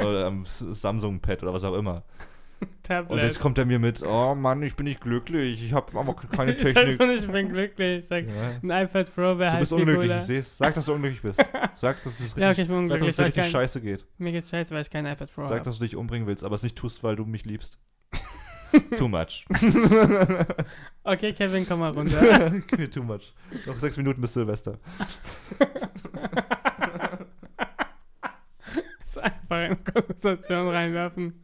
oder am S- Samsung-Pad oder was auch immer. Tablet. Und jetzt kommt er mir mit, oh Mann, ich bin nicht glücklich, ich habe aber keine ich sag Technik. schon, ich bin glücklich. Ich sag, Ja. ein iPad Pro wäre Du halt bist viel unglücklich, cooler. ich sehe es. Sag, dass du unglücklich bist. Sag, dass es richtig, Ja, okay, ich bin sag, dass unglücklich. es dir Sag richtig kein, scheiße geht. mir geht's scheiße, weil ich kein iPad Pro Sag, habe. dass du dich umbringen willst, aber es nicht tust, weil du mich liebst. Too much. Okay, Kevin, komm mal runter. okay, too much. Noch sechs Minuten bis Silvester. Ist einfach in Konversation reinwerfen.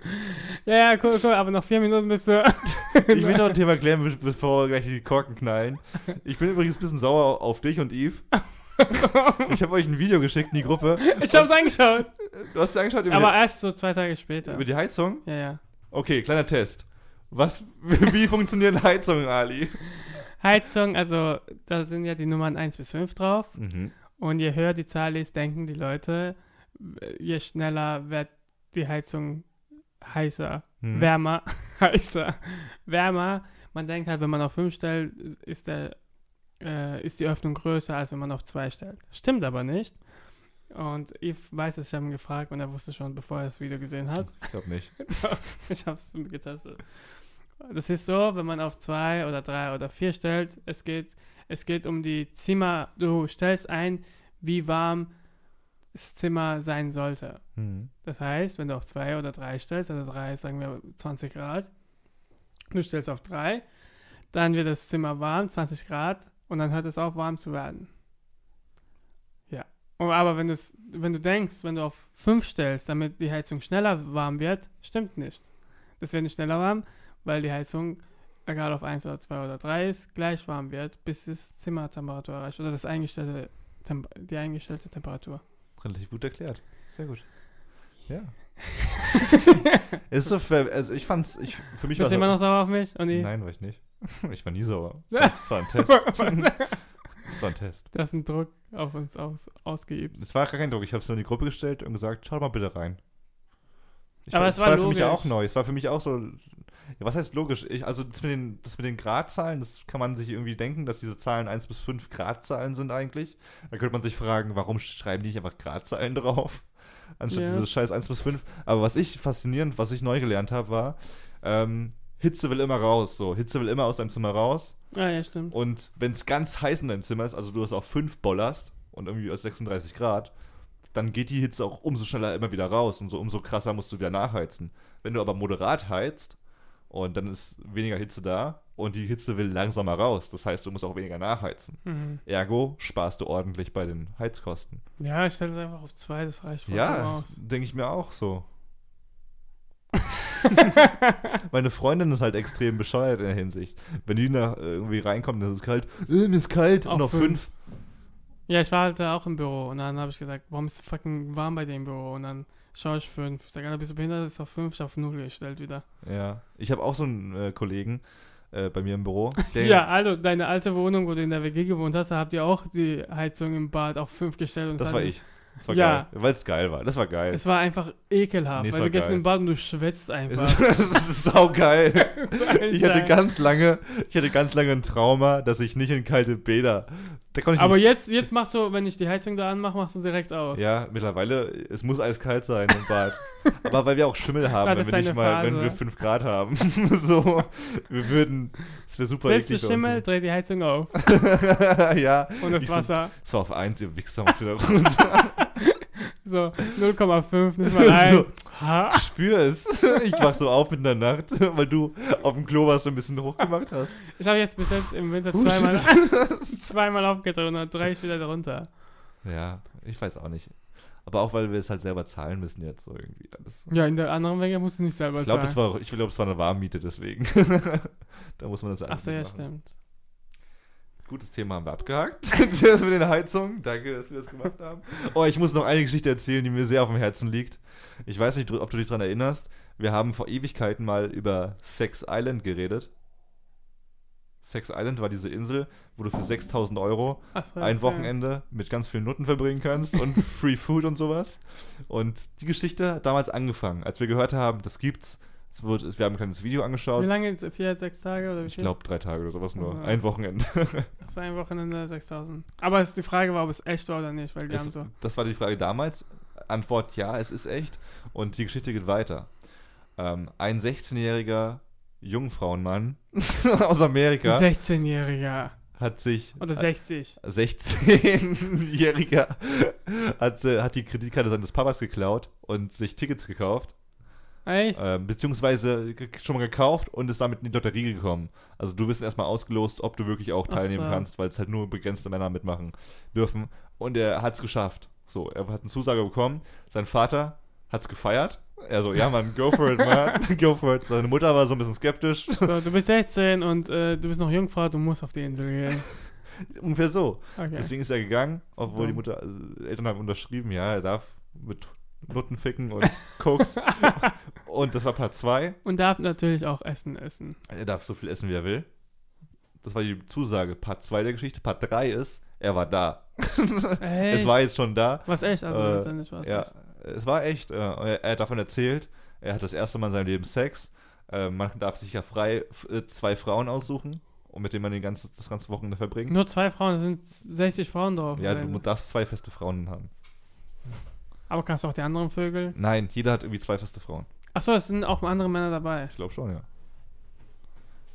Ja, ja, cool, cool, aber noch vier Minuten bist du. Ich will noch ein Thema klären, be- bevor wir gleich die Korken knallen. Ich bin übrigens ein bisschen sauer auf dich und Eve. Ich habe euch ein Video geschickt in die Gruppe. Ich hab's angeschaut. Du hast es angeschaut über, Aber erst so zwei Tage die, später. über die Heizung? Ja, ja. Okay, kleiner Test. Was, wie funktionieren Heizungen, Ali? Heizung, also da sind ja die Nummern 1 bis 5 drauf. Mhm. Und je höher die Zahl ist, denken die Leute, je schneller wird die Heizung heißer, Hm. wärmer, heißer, wärmer. Man denkt halt, wenn man auf 5 stellt, ist, der, äh, ist die Öffnung größer, als wenn man auf 2 stellt. Stimmt aber nicht. Und Eve weiß es, ich habe ihn gefragt und er wusste schon, bevor er das Video gesehen hat. Ich glaube nicht. Ich habe es getestet. Das ist so, wenn man auf zwei oder drei oder vier stellt, es geht, es geht um die Zimmer, du stellst ein, wie warm das Zimmer sein sollte. Mhm. Das heißt, wenn du auf zwei oder drei stellst, also drei ist, sagen wir, 20 Grad, du stellst auf drei, dann wird das Zimmer warm, 20 Grad, und dann hört es auf, warm zu werden. Ja. Und, aber wenn, du's- wenn du denkst, wenn du auf fünf stellst, damit die Heizung schneller warm wird, stimmt nicht. Das wird nicht schneller warm, weil die Heizung, egal ob eins oder zwei oder drei ist, gleich warm wird, bis es Zimmertemperatur erreicht oder das eingestellte, Temp die eingestellte Temperatur. Relativ gut erklärt. Sehr gut. Ja. Es ist so, ver- also ich fand's, ich, für mich Bist du war's- immer noch sauer auf mich? Und ich, Nein, war ich nicht. Ich war nie sauer. Das war- Das war ein Test. Das war ein Test. Du hast einen Druck auf uns aus, ausgeübt. Das war gar kein Druck. Ich habe es nur in die Gruppe gestellt und gesagt, schaut mal bitte rein. Ich Aber fand- es das war für mich logisch. auch neu. Es war für mich auch so. Ja, was heißt logisch? Ich, also das mit, den, das mit den Gradzahlen, das kann man sich irgendwie denken, dass diese Zahlen 1 bis 5 Gradzahlen sind eigentlich. Da könnte man sich fragen, warum schreiben die nicht einfach Gradzahlen drauf? Anstatt Ja. diese scheiß 1 bis 5. Aber was ich faszinierend, was ich neu gelernt habe, war, ähm, Hitze will immer raus, so. Hitze will immer aus deinem Zimmer raus. Ah, ja, stimmt. Und wenn es ganz heiß in deinem Zimmer ist, also du es auf 5 bollerst und irgendwie aus 36 Grad, dann geht die Hitze auch umso schneller immer wieder raus und so umso krasser musst du wieder nachheizen. Wenn du aber moderat heizt und dann ist weniger Hitze da und die Hitze will langsamer raus, das heißt, du musst auch weniger nachheizen. Mhm. Ergo sparst du ordentlich bei den Heizkosten. Ja, ich stelle es einfach auf zwei, das reicht vollkommen Ja, aus. denke ich mir auch so. Meine Freundin ist halt extrem bescheuert in der Hinsicht. Wenn die nach äh, irgendwie reinkommt, dann ist es kalt. Äh, mir ist kalt. Auf noch fünf. Ja, ich war halt da auch im Büro und dann habe ich gesagt, warum ist es fucking warm bei dem Büro? Und dann schaue ich fünf. Ich sage, Alter, bist du behindert? Ist auf fünf, ich hab auf null gestellt wieder. Ja. Ich habe auch so einen äh, Kollegen äh, bei mir im Büro. Der, Ja, also deine alte Wohnung, wo du in der WG gewohnt hast, da habt ihr auch die Heizung im Bad auf fünf gestellt. Und es Das hat- war ich. Das war Ja. geil. Weil es geil war. Das war geil. Es war einfach ekelhaft, Nee, es weil war du gehst geil. im Bad und du schwitzt Es einfach. ist, es ist saugeil. Ich hatte Alter. ganz lange, ich hatte ganz lange ein Trauma, dass ich nicht in kalte Bäder. Da konnte ich Aber nicht- jetzt, jetzt machst du, wenn ich die Heizung da anmache, machst du direkt aus. Ja, mittlerweile, es muss eiskalt sein im Bad. Aber weil wir auch Schimmel haben, Das wenn ist wir nicht deine mal, wenn Phase. wir 5 Grad haben. so, wir würden, es wäre super Willst du eklig. bei uns. Schimmel, dreh die Heizung auf ja, und das Ich so- Wasser es war auf 1, ihr Wichser muss wieder runter. so 0,5, nicht mal ein. Ha. Spür es. Ich wach so auf mit der Nacht, weil du auf dem Klo warst und ein bisschen hochgemacht hast. Ich habe jetzt bis jetzt im Winter Oh, shit, zweimal, das- zweimal aufgedreht und dann drehe ich wieder runter. Ja, ich weiß auch nicht. Aber auch, weil wir es halt selber zahlen müssen jetzt so irgendwie alles. Ja, in der anderen Wege musst du nicht selber Ich glaube, es sagen. war, ich glaube, es war eine Warmmiete deswegen. da muss man das alles Achso, ja, mitmachen. stimmt. Gutes Thema haben wir abgehakt. das mit den Heizungen. Danke, dass wir das gemacht haben. Oh, ich muss noch eine Geschichte erzählen, die mir sehr auf dem Herzen liegt. Ich weiß nicht, ob du dich daran erinnerst. Wir haben vor Ewigkeiten mal über Sex Island geredet. Sex Island war diese Insel, wo du für 6000 Euro Achso, ein Wochenende mit ganz vielen Nutten verbringen kannst und Free Food und sowas. Und die Geschichte hat damals angefangen, als wir gehört haben, das gibt's. Es wird, wir haben ein kleines Video angeschaut. Wie lange? jetzt? Vier, sechs Tage oder wie Ich viel? glaube, drei Tage oder sowas nur. Ja. Ein Wochenende. Achso, ein Wochenende 6000. Aber es, die Frage war, ob es echt war oder nicht, weil die haben Es, so. das war die Frage damals. Antwort ja, es ist echt. Und die Geschichte geht weiter. Ähm, ein 16-jähriger Jungfrauenmann aus Amerika 16-Jähriger hat sich äh, oder 60. 16-jähriger hat, äh, hat die Kreditkarte seines Papas geklaut und sich Tickets gekauft, Echt? ähm, beziehungsweise ge- schon mal gekauft und ist damit in die Lotterie gekommen. Also du wirst erstmal ausgelost, ob du wirklich auch Ach teilnehmen so. kannst, weil es halt nur begrenzte Männer mitmachen dürfen. Und er hat es geschafft. So, er hat eine Zusage bekommen. Sein Vater hat es gefeiert. Er so, ja Mann, go for it, Mann, go for it. Seine Mutter war so ein bisschen skeptisch. So, du bist 16 und äh, du bist noch Jungfrau, du musst auf die Insel gehen. Ungefähr so. Okay. Deswegen ist er gegangen, So obwohl die dumm. Mutter, also die Eltern haben unterschrieben, ja, er darf mit Nutten ficken und Koks. und das war Part 2. Und darf natürlich auch Essen essen. Er darf so viel essen, wie er will. Das war die Zusage. Part 2 der Geschichte. Part 3 ist, er war da. Echt? Es war jetzt schon da. was echt? Also, Äh, letztendlich war es ja, echt. es war echt. äh, Er er hat davon erzählt, er hat das erste Mal in seinem Leben Sex. Äh, Man darf sich ja frei f- äh, zwei Frauen aussuchen, und mit denen man den ganzen, das ganze Wochenende verbringt. Nur zwei Frauen, da sind 60 Frauen drauf. Ja, du Wenn- mu- darfst zwei feste Frauen haben. Aber kannst du auch die anderen Vögel? Nein, jeder hat irgendwie zwei feste Frauen. Achso, es sind auch andere Männer dabei. Ich glaube schon, ja.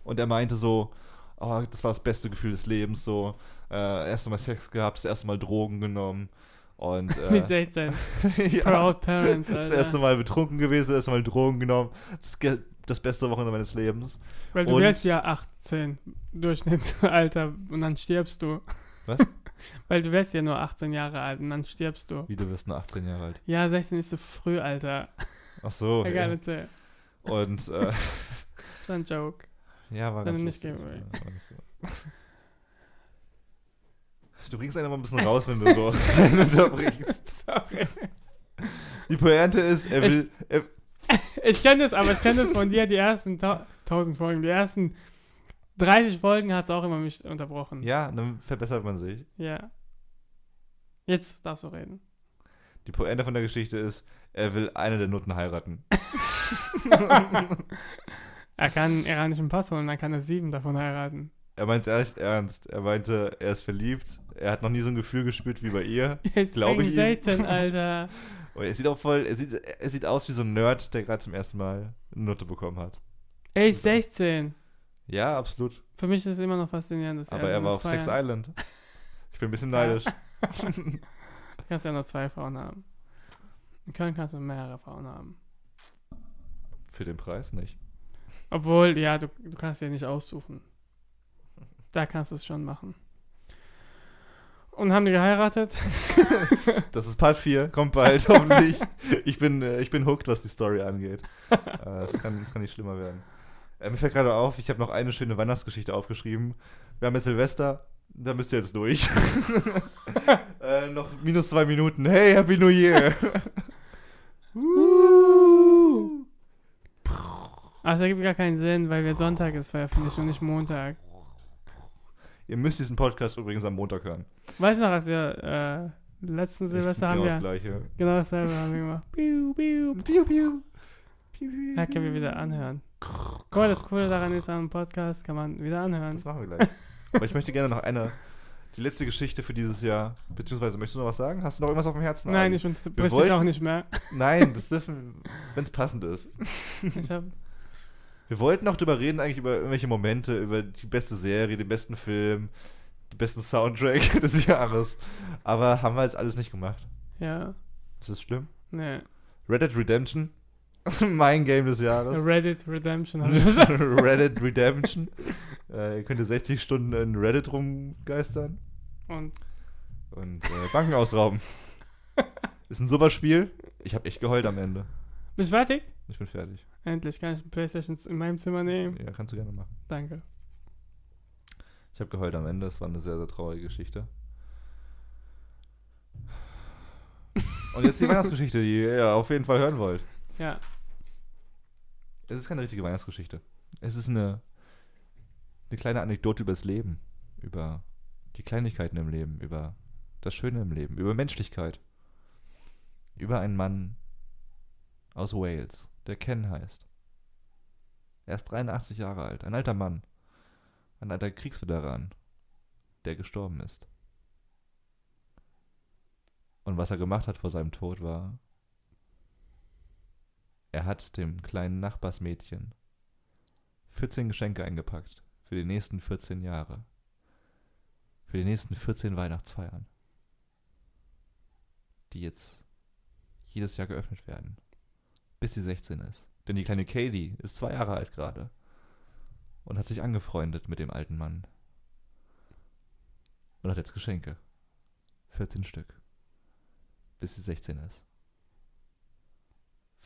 Und er meinte so, oh, das war das beste Gefühl des Lebens, so, äh, erste Mal Sex gehabt, das erste Mal Drogen genommen und Mit äh, 16. ja, Proud Parents, das Alter. erste Mal betrunken gewesen, das erste Mal Drogen genommen, das, ge- das beste Wochenende meines Lebens. Weil du Und- wirst ja 18 Durchschnittsalter und dann stirbst du. Was? Weil du wirst ja nur 18 Jahre alt und dann stirbst du. Wie, du wirst nur 18 Jahre alt. Ja, 16 ist zu früh, Alter. Ach so. Egal, Ja. erzähl. Und, äh, Das war ein Joke. ja, war Wenn ganz du lustig, nicht gehen ja, war nicht so. Du bringst einen immer ein bisschen raus, wenn du so einen unterbrichst. Sorry. Die Pointe ist, er Ich- will, er, Ich kenne das, aber ich kenne das von dir, die ersten tau- 1000 Folgen. Die ersten 30 Folgen hast du auch immer mich unterbrochen. ja, dann verbessert man sich. Ja. Jetzt darfst du reden. Die Pointe von der Geschichte ist, er will eine der Nutten heiraten. Er kann einen iranischen Pass holen, dann kann er sieben davon heiraten. Er meint es echt ernst. Er meinte, er ist verliebt. Er hat noch nie so ein Gefühl gespürt wie bei ihr. Jetzt Glaube ich wegen ihm. 16, Alter. Und er sieht auch voll, er sieht, er sieht aus wie so ein Nerd, der gerade zum ersten Mal eine Nutte bekommen hat. Ey, 16. Ja, absolut. Für mich ist es immer noch faszinierend, dass Aber er war auf Sex Island. Island. Ich bin ein bisschen neidisch. kannst ja noch zwei Frauen haben. In Köln kannst du mehrere Frauen haben. Für den Preis nicht. Obwohl, ja, du, du kannst dir nicht aussuchen. Da kannst du es schon machen. Und haben die geheiratet? Das ist Part 4, kommt bald, hoffentlich. Ich bin, äh, ich bin hooked, was die Story angeht. Äh, Es kann, es kann nicht schlimmer werden. Äh, mir fällt gerade auf, ich habe noch eine schöne Weihnachtsgeschichte aufgeschrieben. Wir haben jetzt Silvester, da müsst ihr jetzt durch. äh, noch minus zwei Minuten. Hey, Happy New Year! Uh. Aber es Also, ergibt gar keinen Sinn, weil wir Sonntag jetzt veröffentlichen und nicht Montag. ihr müsst diesen Podcast übrigens am Montag hören. Weißt du noch, als wir äh, letzten Silvester haben genau das wir Gleiche. genau dasselbe haben wir gemacht. Piu, piu, Piu, piu. Ja, können wir wieder anhören. Guck mal, das Coole daran ist, am Podcast kann man wieder anhören. Das machen wir gleich. Aber ich möchte gerne noch eine, die letzte Geschichte für dieses Jahr, beziehungsweise möchtest du noch was sagen? Hast du noch irgendwas auf dem Herzen? Nein, Ali? ich unterbreche dich wollten- auch nicht mehr. Nein, das dürfen, wenn es passend ist. Ich hab, Wir wollten noch drüber reden, eigentlich über irgendwelche Momente, über die beste Serie, den besten Film, den besten Soundtrack des Jahres. Aber haben wir jetzt alles nicht gemacht. ja, Ist das schlimm? ne. Red Dead Redemption. mein Game des Jahres. Reddit Redemption hab ich gesagt. Reddit Redemption. Äh, ihr könnt 60 Stunden in Reddit rumgeistern Und und äh, Banken ausrauben. Ist ein super Spiel. Ich habe echt geheult am Ende. bist du fertig? Ich bin fertig. Endlich kann ich ein Playstation in meinem Zimmer nehmen. Ja, kannst du gerne machen. Danke. Ich habe geheult am Ende. Es war eine sehr, sehr traurige Geschichte. Und jetzt die Weihnachtsgeschichte, die ihr auf jeden Fall hören wollt. Ja, Es ist keine richtige Weihnachtsgeschichte. Es ist eine, eine kleine Anekdote über das Leben, über die Kleinigkeiten im Leben, über das Schöne im Leben, über Menschlichkeit. Über einen Mann aus Wales, der Ken heißt. Er ist 83 Jahre alt, ein alter Mann, ein alter Kriegsveteran, der gestorben ist. Und was er gemacht hat vor seinem Tod war, er hat dem kleinen Nachbarsmädchen 14 Geschenke eingepackt für die nächsten 14 Jahre. Für die nächsten 14 Weihnachtsfeiern. Die jetzt jedes Jahr geöffnet werden. Bis sie 16 ist. Denn die kleine Katie ist zwei Jahre alt gerade. Und hat sich angefreundet mit dem alten Mann. Und hat jetzt Geschenke. 14 Stück. Bis sie 16 ist.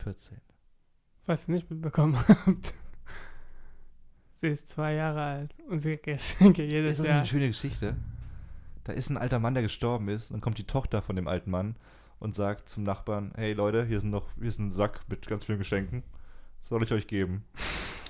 14. falls ihr nicht mitbekommen habt. Sie ist zwei Jahre alt und sie kriegt Geschenke Ist jedes das nicht Jahr. eine schöne Geschichte? Da ist ein alter Mann, der gestorben ist, und kommt die Tochter von dem alten Mann und sagt zum Nachbarn: Hey Leute, hier, sind noch, hier ist ein Sack mit ganz vielen Geschenken. Soll ich euch geben?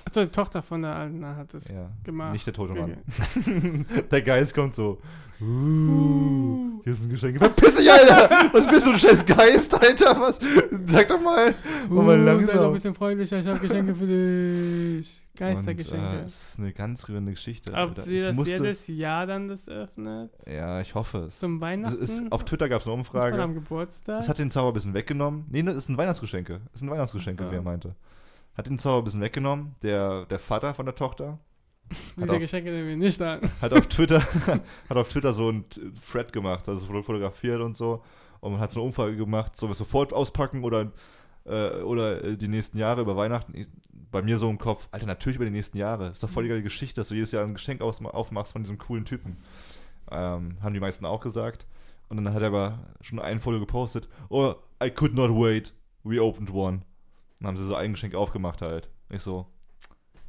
Achso, die Tochter von der Alten hat es. Ja. gemacht. Nicht der tote Mann. Okay. der Geist kommt so: uh, Hier ist ein Geschenk. Verpiss dich, Alter! Was bist du, ein scheiß Geist, Alter? Was? Sag doch mal. Mach mal Uh, sei doch ein langsam. bisschen freundlicher, ich habe Geschenke für dich. Und, Geistergeschenke. äh, das ist eine ganz rührende Geschichte. Ob Alter. sie Ich das musste- jedes Jahr dann das öffnet? ja, ich hoffe es. Zum es Weihnachten? ist, auf Twitter gab es eine Oder Umfrage. am Geburtstag? Das hat den Zauber ein bisschen weggenommen. Nee, das ist ein Weihnachtsgeschenke. Das ist ein Weihnachtsgeschenke, Ach so. wie er meinte. Hat den Zauber ein bisschen weggenommen. Der, der Vater von der Tochter Diese auch- Geschenke nehmen wir nicht an. hat auf Twitter, hat auf Twitter so einen T- Thread gemacht, also foto- fotografiert und so. Und man hat so eine Umfrage gemacht, sollen wir es sofort auspacken oder, äh, oder äh, die nächsten Jahre über Weihnachten. Ich- Bei mir so im Kopf, Alter, natürlich über die nächsten Jahre. Ist doch voll die geile Geschichte, dass du jedes Jahr ein Geschenk ausma- aufmachst von diesem coolen Typen. Ähm, haben die meisten auch gesagt. Und dann hat er aber schon ein Foto gepostet. Oh, I could not wait. We opened one. Dann haben sie so ein Geschenk aufgemacht halt. Ich so,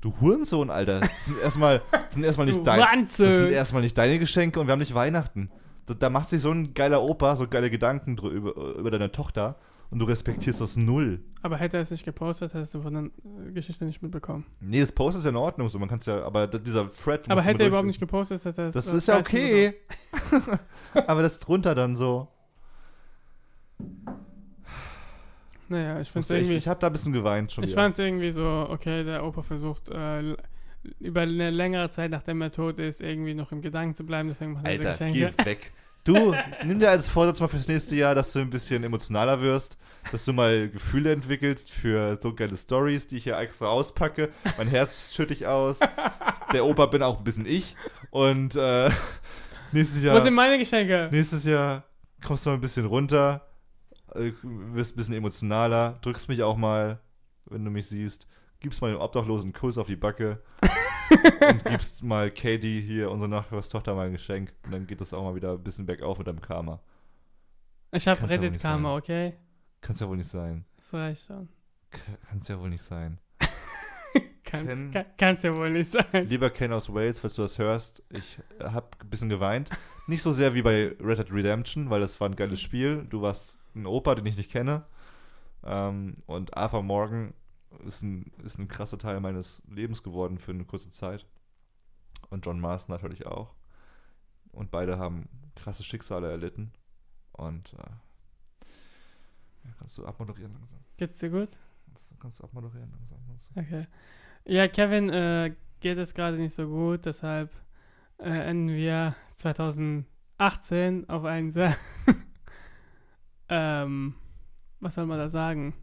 du Hurensohn, Alter. Das sind erstmal, das sind erstmal nicht Du dein. Das sind Wanze! erstmal nicht deine Geschenke und wir haben nicht Weihnachten. Da, da macht sich so ein geiler Opa so geile Gedanken drü- über, über deine Tochter und du respektierst das null. Aber hätte er es nicht gepostet, hättest du von der äh, Geschichte nicht mitbekommen. Nee, das Post ist ja in Ordnung, so man kann es ja, aber da- dieser Thread. Aber musst du hätte er mit überhaupt durchgehen. nicht gepostet, hätte er es. Das äh, ist ja gleich mitbekommen. okay. aber das drunter dann so. Naja, ich find's Musste Ich, irgendwie. ich habe da ein bisschen geweint schon. Ich wieder. fand's irgendwie so, okay, der Opa versucht äh, l- über eine längere Zeit, nachdem er tot ist, irgendwie noch im Gedanken zu bleiben, deswegen macht er diese Alter, Geschenke. geh weg. Du, nimm dir als Vorsatz mal fürs nächste Jahr, dass du ein bisschen emotionaler wirst, dass du mal Gefühle entwickelst für so geile Stories, die ich hier extra auspacke. Mein Herz schütte ich aus. Der Opa bin auch ein bisschen ich. Und äh, nächstes Wo Jahr, sind meine Geschenke? nächstes Jahr kommst du mal ein bisschen runter, äh, wirst ein bisschen emotionaler, drückst mich auch mal, wenn du mich siehst, gibst mal dem Obdachlosen einen Kuss auf die Backe. und gibst mal Katie hier, unsere Nachbarstochter, mal ein Geschenk. Und dann geht das auch mal wieder ein bisschen bergauf mit deinem Karma. Ich habe Kann's aber nicht Reddit-Karma, okay? Kann's ja wohl nicht sein. Das reicht schon. K- Kann's ja wohl nicht sein. Ken- Kann's, kann, kann's ja wohl nicht sein. Lieber Ken aus Wales, falls du das hörst, ich hab ein bisschen geweint. Nicht so sehr wie bei Red Dead Redemption, weil das war ein geiles Spiel. Du warst ein Opa, den ich nicht kenne. Ähm, und Arthur Morgan ist ein, ist ein krasser Teil meines Lebens geworden für eine kurze Zeit. Und John Marston natürlich auch. Und beide haben krasse Schicksale erlitten. Und äh, ja, kannst du abmoderieren langsam. Geht's dir gut? Kannst, du- kannst du abmoderieren langsam. Kannst du- Okay. Ja, Kevin äh, geht es gerade nicht so gut, deshalb äh, enden wir 2018 auf einen sehr. ähm, was soll man da sagen?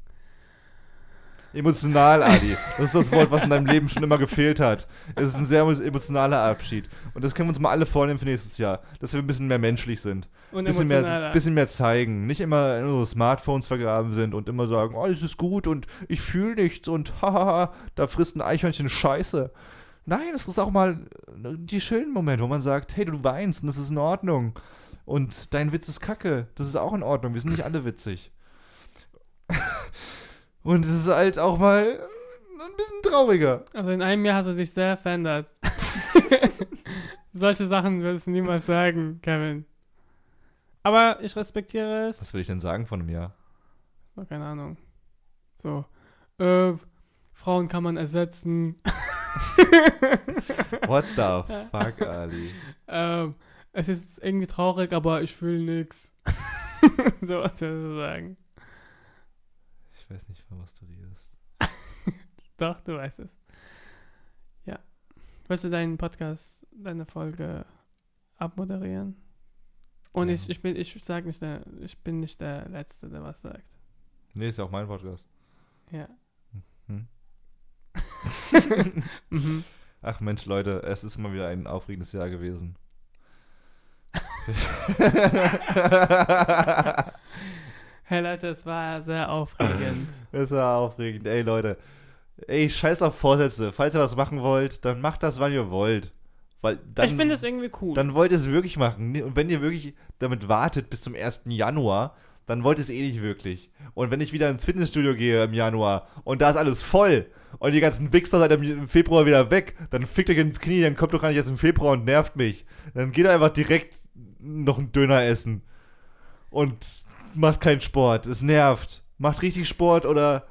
Emotional, Adi. Das ist das Wort, was in deinem Leben schon immer gefehlt hat. Es ist ein sehr emotionaler Abschied. Und das können wir uns mal alle vornehmen für nächstes Jahr. Dass wir ein bisschen mehr menschlich sind. Ein Und bisschen mehr, emotionaler. bisschen mehr zeigen. Nicht immer in unsere Smartphones vergraben sind und immer sagen, oh, das ist gut und ich fühle nichts und hahaha, da frisst ein Eichhörnchen Scheiße. Nein, es ist auch mal äh, die schönen Momente, wo man sagt, hey, du weinst und das ist in Ordnung. Und dein Witz ist kacke. Das ist auch in Ordnung. Wir sind nicht alle witzig. Und es ist halt auch mal ein bisschen trauriger. Also in einem Jahr hast du dich sehr verändert. Solche Sachen würdest du niemals sagen, Kevin. Aber ich respektiere es. Was will ich denn sagen von einem Jahr? Oh, keine Ahnung. So. Äh, Frauen kann man ersetzen. What the fuck, Ali? Ähm, es ist irgendwie traurig, aber ich fühle nix. so was würdest du sagen. Ich weiß nicht, von was du redest. Doch, du weißt es. Ja. Willst du deinen Podcast, deine Folge abmoderieren? Und Ja. ich, ich bin, ich sag nicht der, ich bin nicht der Letzte, der was sagt. Nee, ist ja auch mein Podcast. Ja. Hm. mhm. Ach Mensch, Leute, es ist mal wieder ein aufregendes Jahr gewesen. Hey Leute, es war sehr aufregend. Es war aufregend. Ey, Leute. Ey, scheiß auf Vorsätze. Falls ihr was machen wollt, dann macht das, wann ihr wollt. Weil dann, ich finde es irgendwie cool. dann wollt ihr es wirklich machen. Nee, Und wenn ihr wirklich damit wartet bis zum 1. Januar, dann wollt ihr es eh nicht wirklich. Und wenn ich wieder ins Fitnessstudio gehe im Januar und da ist alles voll und die ganzen Wichser seid im im Februar wieder weg, dann fickt euch ins Knie, dann kommt doch gar nicht erst im Februar und nervt mich. Dann geht einfach direkt noch einen Döner essen und macht keinen Sport. Es nervt. Macht richtig Sport oder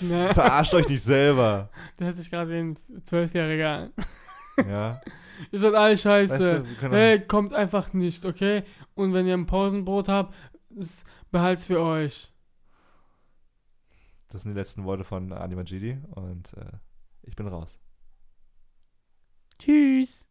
ne? verarscht euch nicht selber. Der hört sich gerade wie ein Zwölfjähriger an. Ja. Ihr seid alle Weißt scheiße. du, genau. wir können auch- hey, kommt einfach nicht, okay? Und wenn ihr ein Pausenbrot habt, das behalt's für euch. Das sind die letzten Worte von Anima Gidi und äh, ich bin raus. Tschüss.